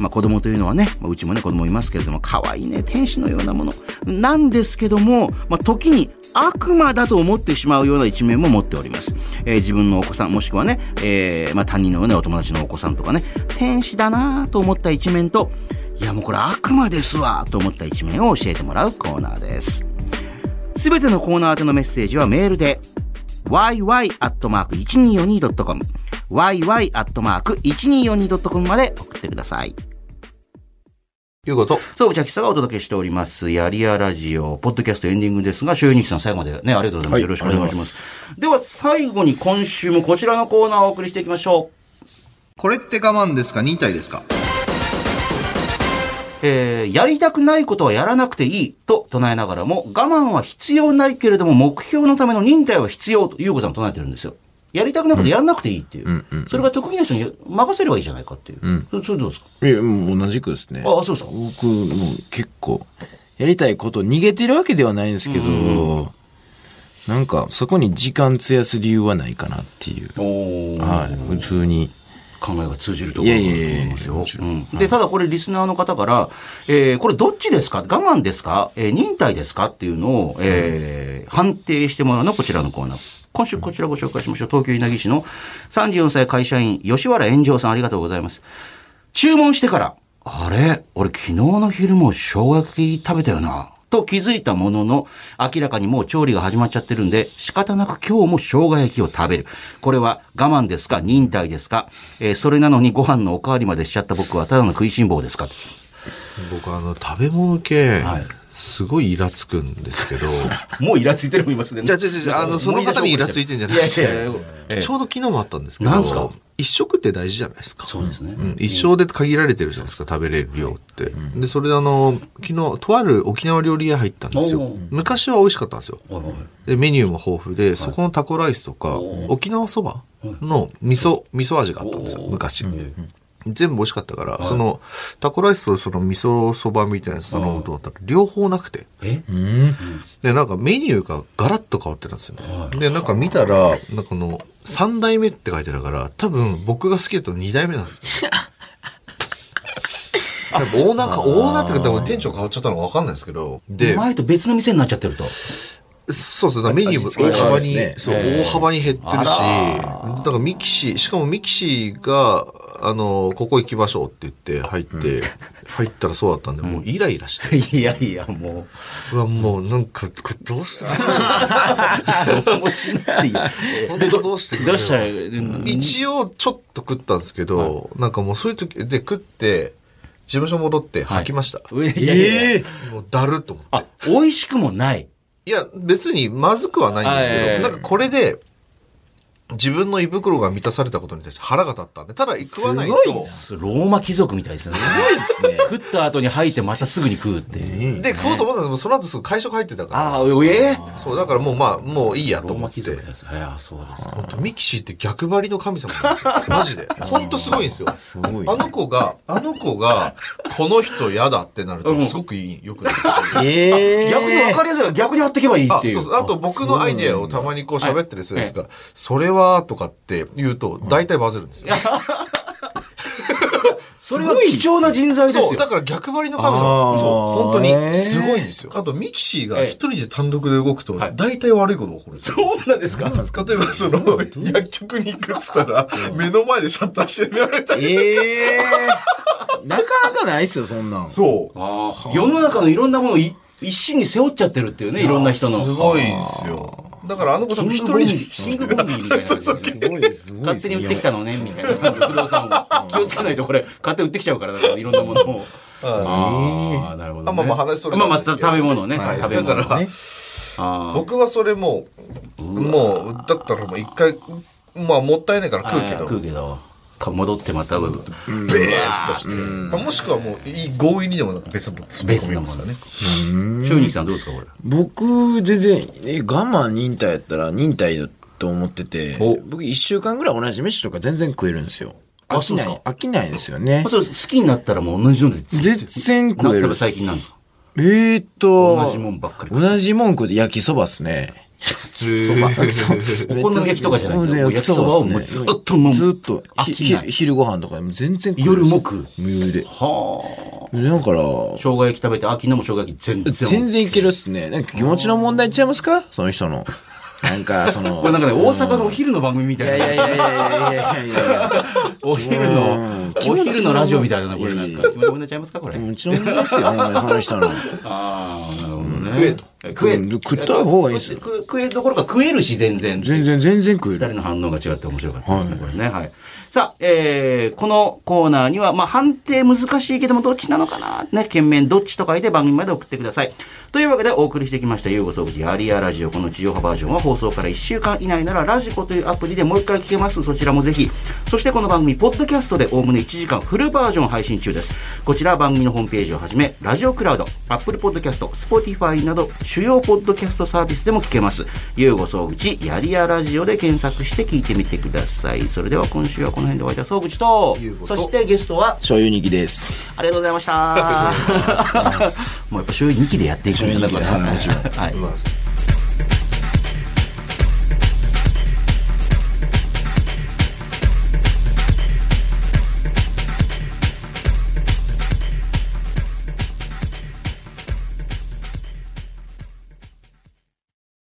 [SPEAKER 3] まあ、子供というのはね、まあうちもね、子供いますけれども、可愛いね、天使のようなもの。なんですけども、まあ、時に悪魔だと思ってしまうような一面も持っております。えー自分のお子さん、もしくはね、えーまあ、他人のようなお友達のお子さんとかね、天使だなぁと思った一面と、いや、もうこれ悪魔ですわと思った一面を教えてもらうコーナーです。すべてのコーナー宛てのメッセージはメールで、yy.1242.com、yy.1242.com まで送ってください。
[SPEAKER 2] いうこと。
[SPEAKER 3] そう、ジャキさがお届けしております。やりやラジオ、ポッドキャストエンディングですが、周遊日記さん最後までね、ありがとうございます。
[SPEAKER 4] はい
[SPEAKER 3] よろしくお願いします。では、最後に今週もこちらのコーナーをお送りしていきましょう。
[SPEAKER 2] これって我慢ですか忍耐ですか
[SPEAKER 3] えー、やりたくないことはやらなくていいと唱えながらも、我慢は必要ないけれども、目標のための忍耐は必要と、ゆうこさん唱えてるんですよ。やりたくなくてやんなくていいっていう。
[SPEAKER 4] うんうんうん
[SPEAKER 3] それが得意な人に任せればいいじゃないかっていう。
[SPEAKER 4] ん
[SPEAKER 3] そそれどうですか
[SPEAKER 4] いや、もう同じくですね。
[SPEAKER 3] ああそうですか
[SPEAKER 4] 僕、もう結構、やりたいこと逃げてるわけではないんですけど、なんか、そこに時間費やす理由はないかなっていう。
[SPEAKER 3] お
[SPEAKER 4] はい。普通に。
[SPEAKER 3] 考えが通じるところだと思います
[SPEAKER 4] いやいやいやいや
[SPEAKER 3] よ
[SPEAKER 4] もちろ
[SPEAKER 3] うん。で、ただこれリスナーの方から、えーこれどっちですか我慢ですか、えー忍耐ですかっていうのを、えー判定してもらうのはこちらのコーナー。今週こちらご紹介しましょう。東京稲城市の34歳会社員、吉原炎上さんありがとうございます。注文してから、あれ俺昨日の昼も生姜焼き食べたよな。と気づいたものの、明らかにもう調理が始まっちゃってるんで、仕方なく今日も生姜焼きを食べる。これは我慢ですか忍耐ですか、えーそれなのにご飯のおかわりまでしちゃった僕はただの食いしん坊ですかと
[SPEAKER 2] 僕あの食べ物系、
[SPEAKER 3] はい
[SPEAKER 2] すごいイラつくんで すけど
[SPEAKER 3] もうイラついてるもいますね
[SPEAKER 2] じゃあじゃあじゃああのその方にイラついてんじゃなくて
[SPEAKER 3] いやいやいやええ
[SPEAKER 2] ちょうど昨日もあったんですけど
[SPEAKER 3] なんすか
[SPEAKER 2] 一食って大事じゃないですか
[SPEAKER 3] そうですね。
[SPEAKER 2] うん一生で限られてるじゃないですか食べれる量って、でそれであの昨日とある沖縄料理屋入ったんです
[SPEAKER 3] お
[SPEAKER 2] よ
[SPEAKER 3] う
[SPEAKER 2] 昔は美味しかったんですよ
[SPEAKER 3] はいはいはい
[SPEAKER 2] でメニューも豊富でそこのタコライスとか沖縄そばの味噌味噌味があったんですよ昔全部美味しかったからそのタコライスとその味噌そばみたいなやつ頼むと思ったら両方なくて
[SPEAKER 3] え
[SPEAKER 4] うん。
[SPEAKER 2] でなんかメニューがガラッと変わってたんですよねでなんか見たらなんかこの3代目って書いてあるから多分僕が好きだと2代目なんです よ多分オーナーかオーナーってか多分店長変わっちゃったのか分かんないですけどで
[SPEAKER 3] 前と別の店になっちゃってると。
[SPEAKER 2] そうですね。メニューも
[SPEAKER 4] 味付け
[SPEAKER 2] 大
[SPEAKER 4] が
[SPEAKER 2] 幅
[SPEAKER 4] そう
[SPEAKER 2] に、
[SPEAKER 4] です
[SPEAKER 2] そう、大幅に減ってるし、
[SPEAKER 3] あ
[SPEAKER 2] だからミキシー、しかもミキシーが、あの、ここ行きましょうって言って入って、入ったらそうだったんで、もうイライ ラして。
[SPEAKER 3] いやいや、も
[SPEAKER 2] うわ、もうなんか、これどうした
[SPEAKER 3] う、もうしない。
[SPEAKER 2] 本当どうしてくれ
[SPEAKER 3] ど
[SPEAKER 2] よ
[SPEAKER 3] うしたら、うん
[SPEAKER 2] 一応ちょっと食ったんですけど、なんかもうそういう時で食って、事務所戻って吐きました。
[SPEAKER 3] はいいやいやい
[SPEAKER 2] えーもうだるっと思って。
[SPEAKER 3] あ、美味しくもない。
[SPEAKER 2] いや、別にまずくはないんです
[SPEAKER 3] あいやい
[SPEAKER 2] け
[SPEAKER 3] や
[SPEAKER 2] ど、なんかこれで、自分の胃袋が満たされたことに対して腹が立ったんで、ただ食わないと、
[SPEAKER 3] ローマ貴族みたいですね。
[SPEAKER 4] すごいですね。
[SPEAKER 3] 食った後に吐いてまたすぐに食うって。
[SPEAKER 2] で、食おうと思ったんですけど、その後すぐ会食入ってたか
[SPEAKER 3] ああ、ええ
[SPEAKER 2] ら、そう、だからもうまあ、もういいや
[SPEAKER 3] ロ
[SPEAKER 2] と
[SPEAKER 3] ー
[SPEAKER 2] 思
[SPEAKER 3] マ
[SPEAKER 2] っ
[SPEAKER 3] 貴
[SPEAKER 2] て。
[SPEAKER 3] 族です。いや、そうです。
[SPEAKER 2] 本当ミキシーって逆張りの神様なんですよ。マ ジで。ほんとすごいんですよ。
[SPEAKER 4] すごい
[SPEAKER 2] あの子が、あの子が、この人嫌だってなると、すごくいい、よくなるし。
[SPEAKER 4] ええー。
[SPEAKER 3] 逆に分かりやすいから逆にやっていけばいい
[SPEAKER 2] あ
[SPEAKER 3] ってい
[SPEAKER 2] そう
[SPEAKER 3] う。
[SPEAKER 2] そうあと僕のアイデアをたまにこう喋ったりするんですが、それはとかって言うと、大体バズるんです よ。
[SPEAKER 3] それは貴重な人材です
[SPEAKER 2] そ
[SPEAKER 3] よ
[SPEAKER 2] う、。だから逆張りの彼女
[SPEAKER 4] あ。ー
[SPEAKER 2] そう、本当
[SPEAKER 4] えー
[SPEAKER 2] に。すごいんですよ。あと、ミキシーが一人で単独で動くと、大体悪いことが起こるんですよ。
[SPEAKER 3] そうなんですか
[SPEAKER 2] 例えば、その、薬局に行くっつったら、目の前でシャッターしてやられたり。
[SPEAKER 4] ええー。なかなかないっすよ、そんなん。
[SPEAKER 2] そう。
[SPEAKER 3] あー世の中のいろんなものをい一身に背負っちゃってるっていうね、いろんな人の。
[SPEAKER 2] すごいんですよ。だから、あの子多
[SPEAKER 3] キン
[SPEAKER 2] 分
[SPEAKER 3] グ
[SPEAKER 2] 一
[SPEAKER 3] ボ
[SPEAKER 2] 人
[SPEAKER 3] ンビー、キン
[SPEAKER 2] で、
[SPEAKER 3] グボンビーみたいな感じですね。
[SPEAKER 4] すごいです、すごい
[SPEAKER 3] 勝手に売ってきたのね、みたいな感じで。不動産を。気をつけないとこれ、勝手に売ってきちゃうから、だからいろんなものを。ああ、なるほど、ね。
[SPEAKER 2] あまあまあ話それ
[SPEAKER 3] まあ
[SPEAKER 2] たん
[SPEAKER 3] ま
[SPEAKER 2] で
[SPEAKER 3] あ、
[SPEAKER 2] すけど
[SPEAKER 3] 食べ物ね。
[SPEAKER 2] はい
[SPEAKER 3] 食べ物。
[SPEAKER 2] だから
[SPEAKER 3] あー
[SPEAKER 2] 僕はそれもう、もう、だったらもう一回、まあ、もったいないから食うけ
[SPEAKER 3] あー
[SPEAKER 2] ど
[SPEAKER 3] 食、うけど。か戻ってまた、
[SPEAKER 2] ベーっとして。まあもしくはもう、いい強引にでもなんか別のもの詰め込みますよね。
[SPEAKER 3] 正直さんどうですか、これ。
[SPEAKER 4] 僕、全然、え、我慢忍耐やったら忍耐だと思ってて、僕一週間ぐらい同じ飯とか全然食えるんですよ。
[SPEAKER 3] あ
[SPEAKER 4] 飽きない、
[SPEAKER 3] そうっす
[SPEAKER 4] 飽きないですよね
[SPEAKER 3] まあ、。それ好きになったらもう同じので、
[SPEAKER 4] 全然食え
[SPEAKER 3] 例え
[SPEAKER 4] る
[SPEAKER 3] ば。最近なんですか
[SPEAKER 4] えーっと、
[SPEAKER 3] 同じもんばっかり
[SPEAKER 4] 同じもん食うて焼きそばっすね。
[SPEAKER 3] お好み焼きとかじゃないですよもう
[SPEAKER 4] めっちゃ好き焼
[SPEAKER 3] 焼き
[SPEAKER 4] き
[SPEAKER 3] そ
[SPEAKER 4] そ
[SPEAKER 3] ばをもうず
[SPEAKER 4] ば
[SPEAKER 3] っともう
[SPEAKER 4] ずっと、
[SPEAKER 3] 飽
[SPEAKER 4] ひ
[SPEAKER 3] きない
[SPEAKER 4] ひ昼ご飯とかでも全然食える
[SPEAKER 3] 夜も食う。
[SPEAKER 4] 無で。
[SPEAKER 3] はあ。
[SPEAKER 4] だから、
[SPEAKER 3] 生姜焼き食べて、あ、昨日も生姜焼き全然。
[SPEAKER 4] 全然いけるっすね。なんか気持ちの問題ちゃいますかその人の。なんか、そ の。
[SPEAKER 3] これなんかね、大阪のお昼の番組みた
[SPEAKER 4] いや
[SPEAKER 3] い
[SPEAKER 4] い
[SPEAKER 3] な。
[SPEAKER 4] やいやいやいやいやいや。
[SPEAKER 3] お昼
[SPEAKER 4] うん
[SPEAKER 3] の、お昼のラジオみたいな、これなん
[SPEAKER 4] いやい
[SPEAKER 3] か。
[SPEAKER 4] や
[SPEAKER 3] 気持ちよくなっちゃいますか、これ。
[SPEAKER 4] もちろんですよ、ほんまにその人の。
[SPEAKER 3] ああ、なるほどね。
[SPEAKER 2] 食えと。
[SPEAKER 3] 食え。
[SPEAKER 4] うん食った方がいいですよ
[SPEAKER 3] 食食えどころか食えるし、全然。
[SPEAKER 4] 全然、全然食え
[SPEAKER 3] 誰
[SPEAKER 4] る。
[SPEAKER 3] の反応が違って面白かったですね、これね。はい。さあ、えー、このコーナーには、まあ、判定難しいけども、どっちなのかなね、懸命どっちと書いて番組まで送ってください。というわけで、お送りしてきました、ゆうご総口アリアラジオ。この地上波バージョンは放送から1週間以内なら、ラジコというアプリでもう一回聞けます。そちらもぜひ。そして、この番組、ポッドキャストでおおむね1時間フルバージョン配信中です。こちらは番組のホームページをはじめ、ラジオクラウド、アップルポッドキャスト、スポティファイなど、主主要ポッドキャストサービスでも聞けます。ゆうご総口やりやラジオで検索して聞いてみてください。それでは今週はこの辺でお会いいた総口と、そしてゲストは、
[SPEAKER 4] 醤油にぎです。
[SPEAKER 3] ありがとうございました。もうやっぱ週2期でやっていくんだから。はい。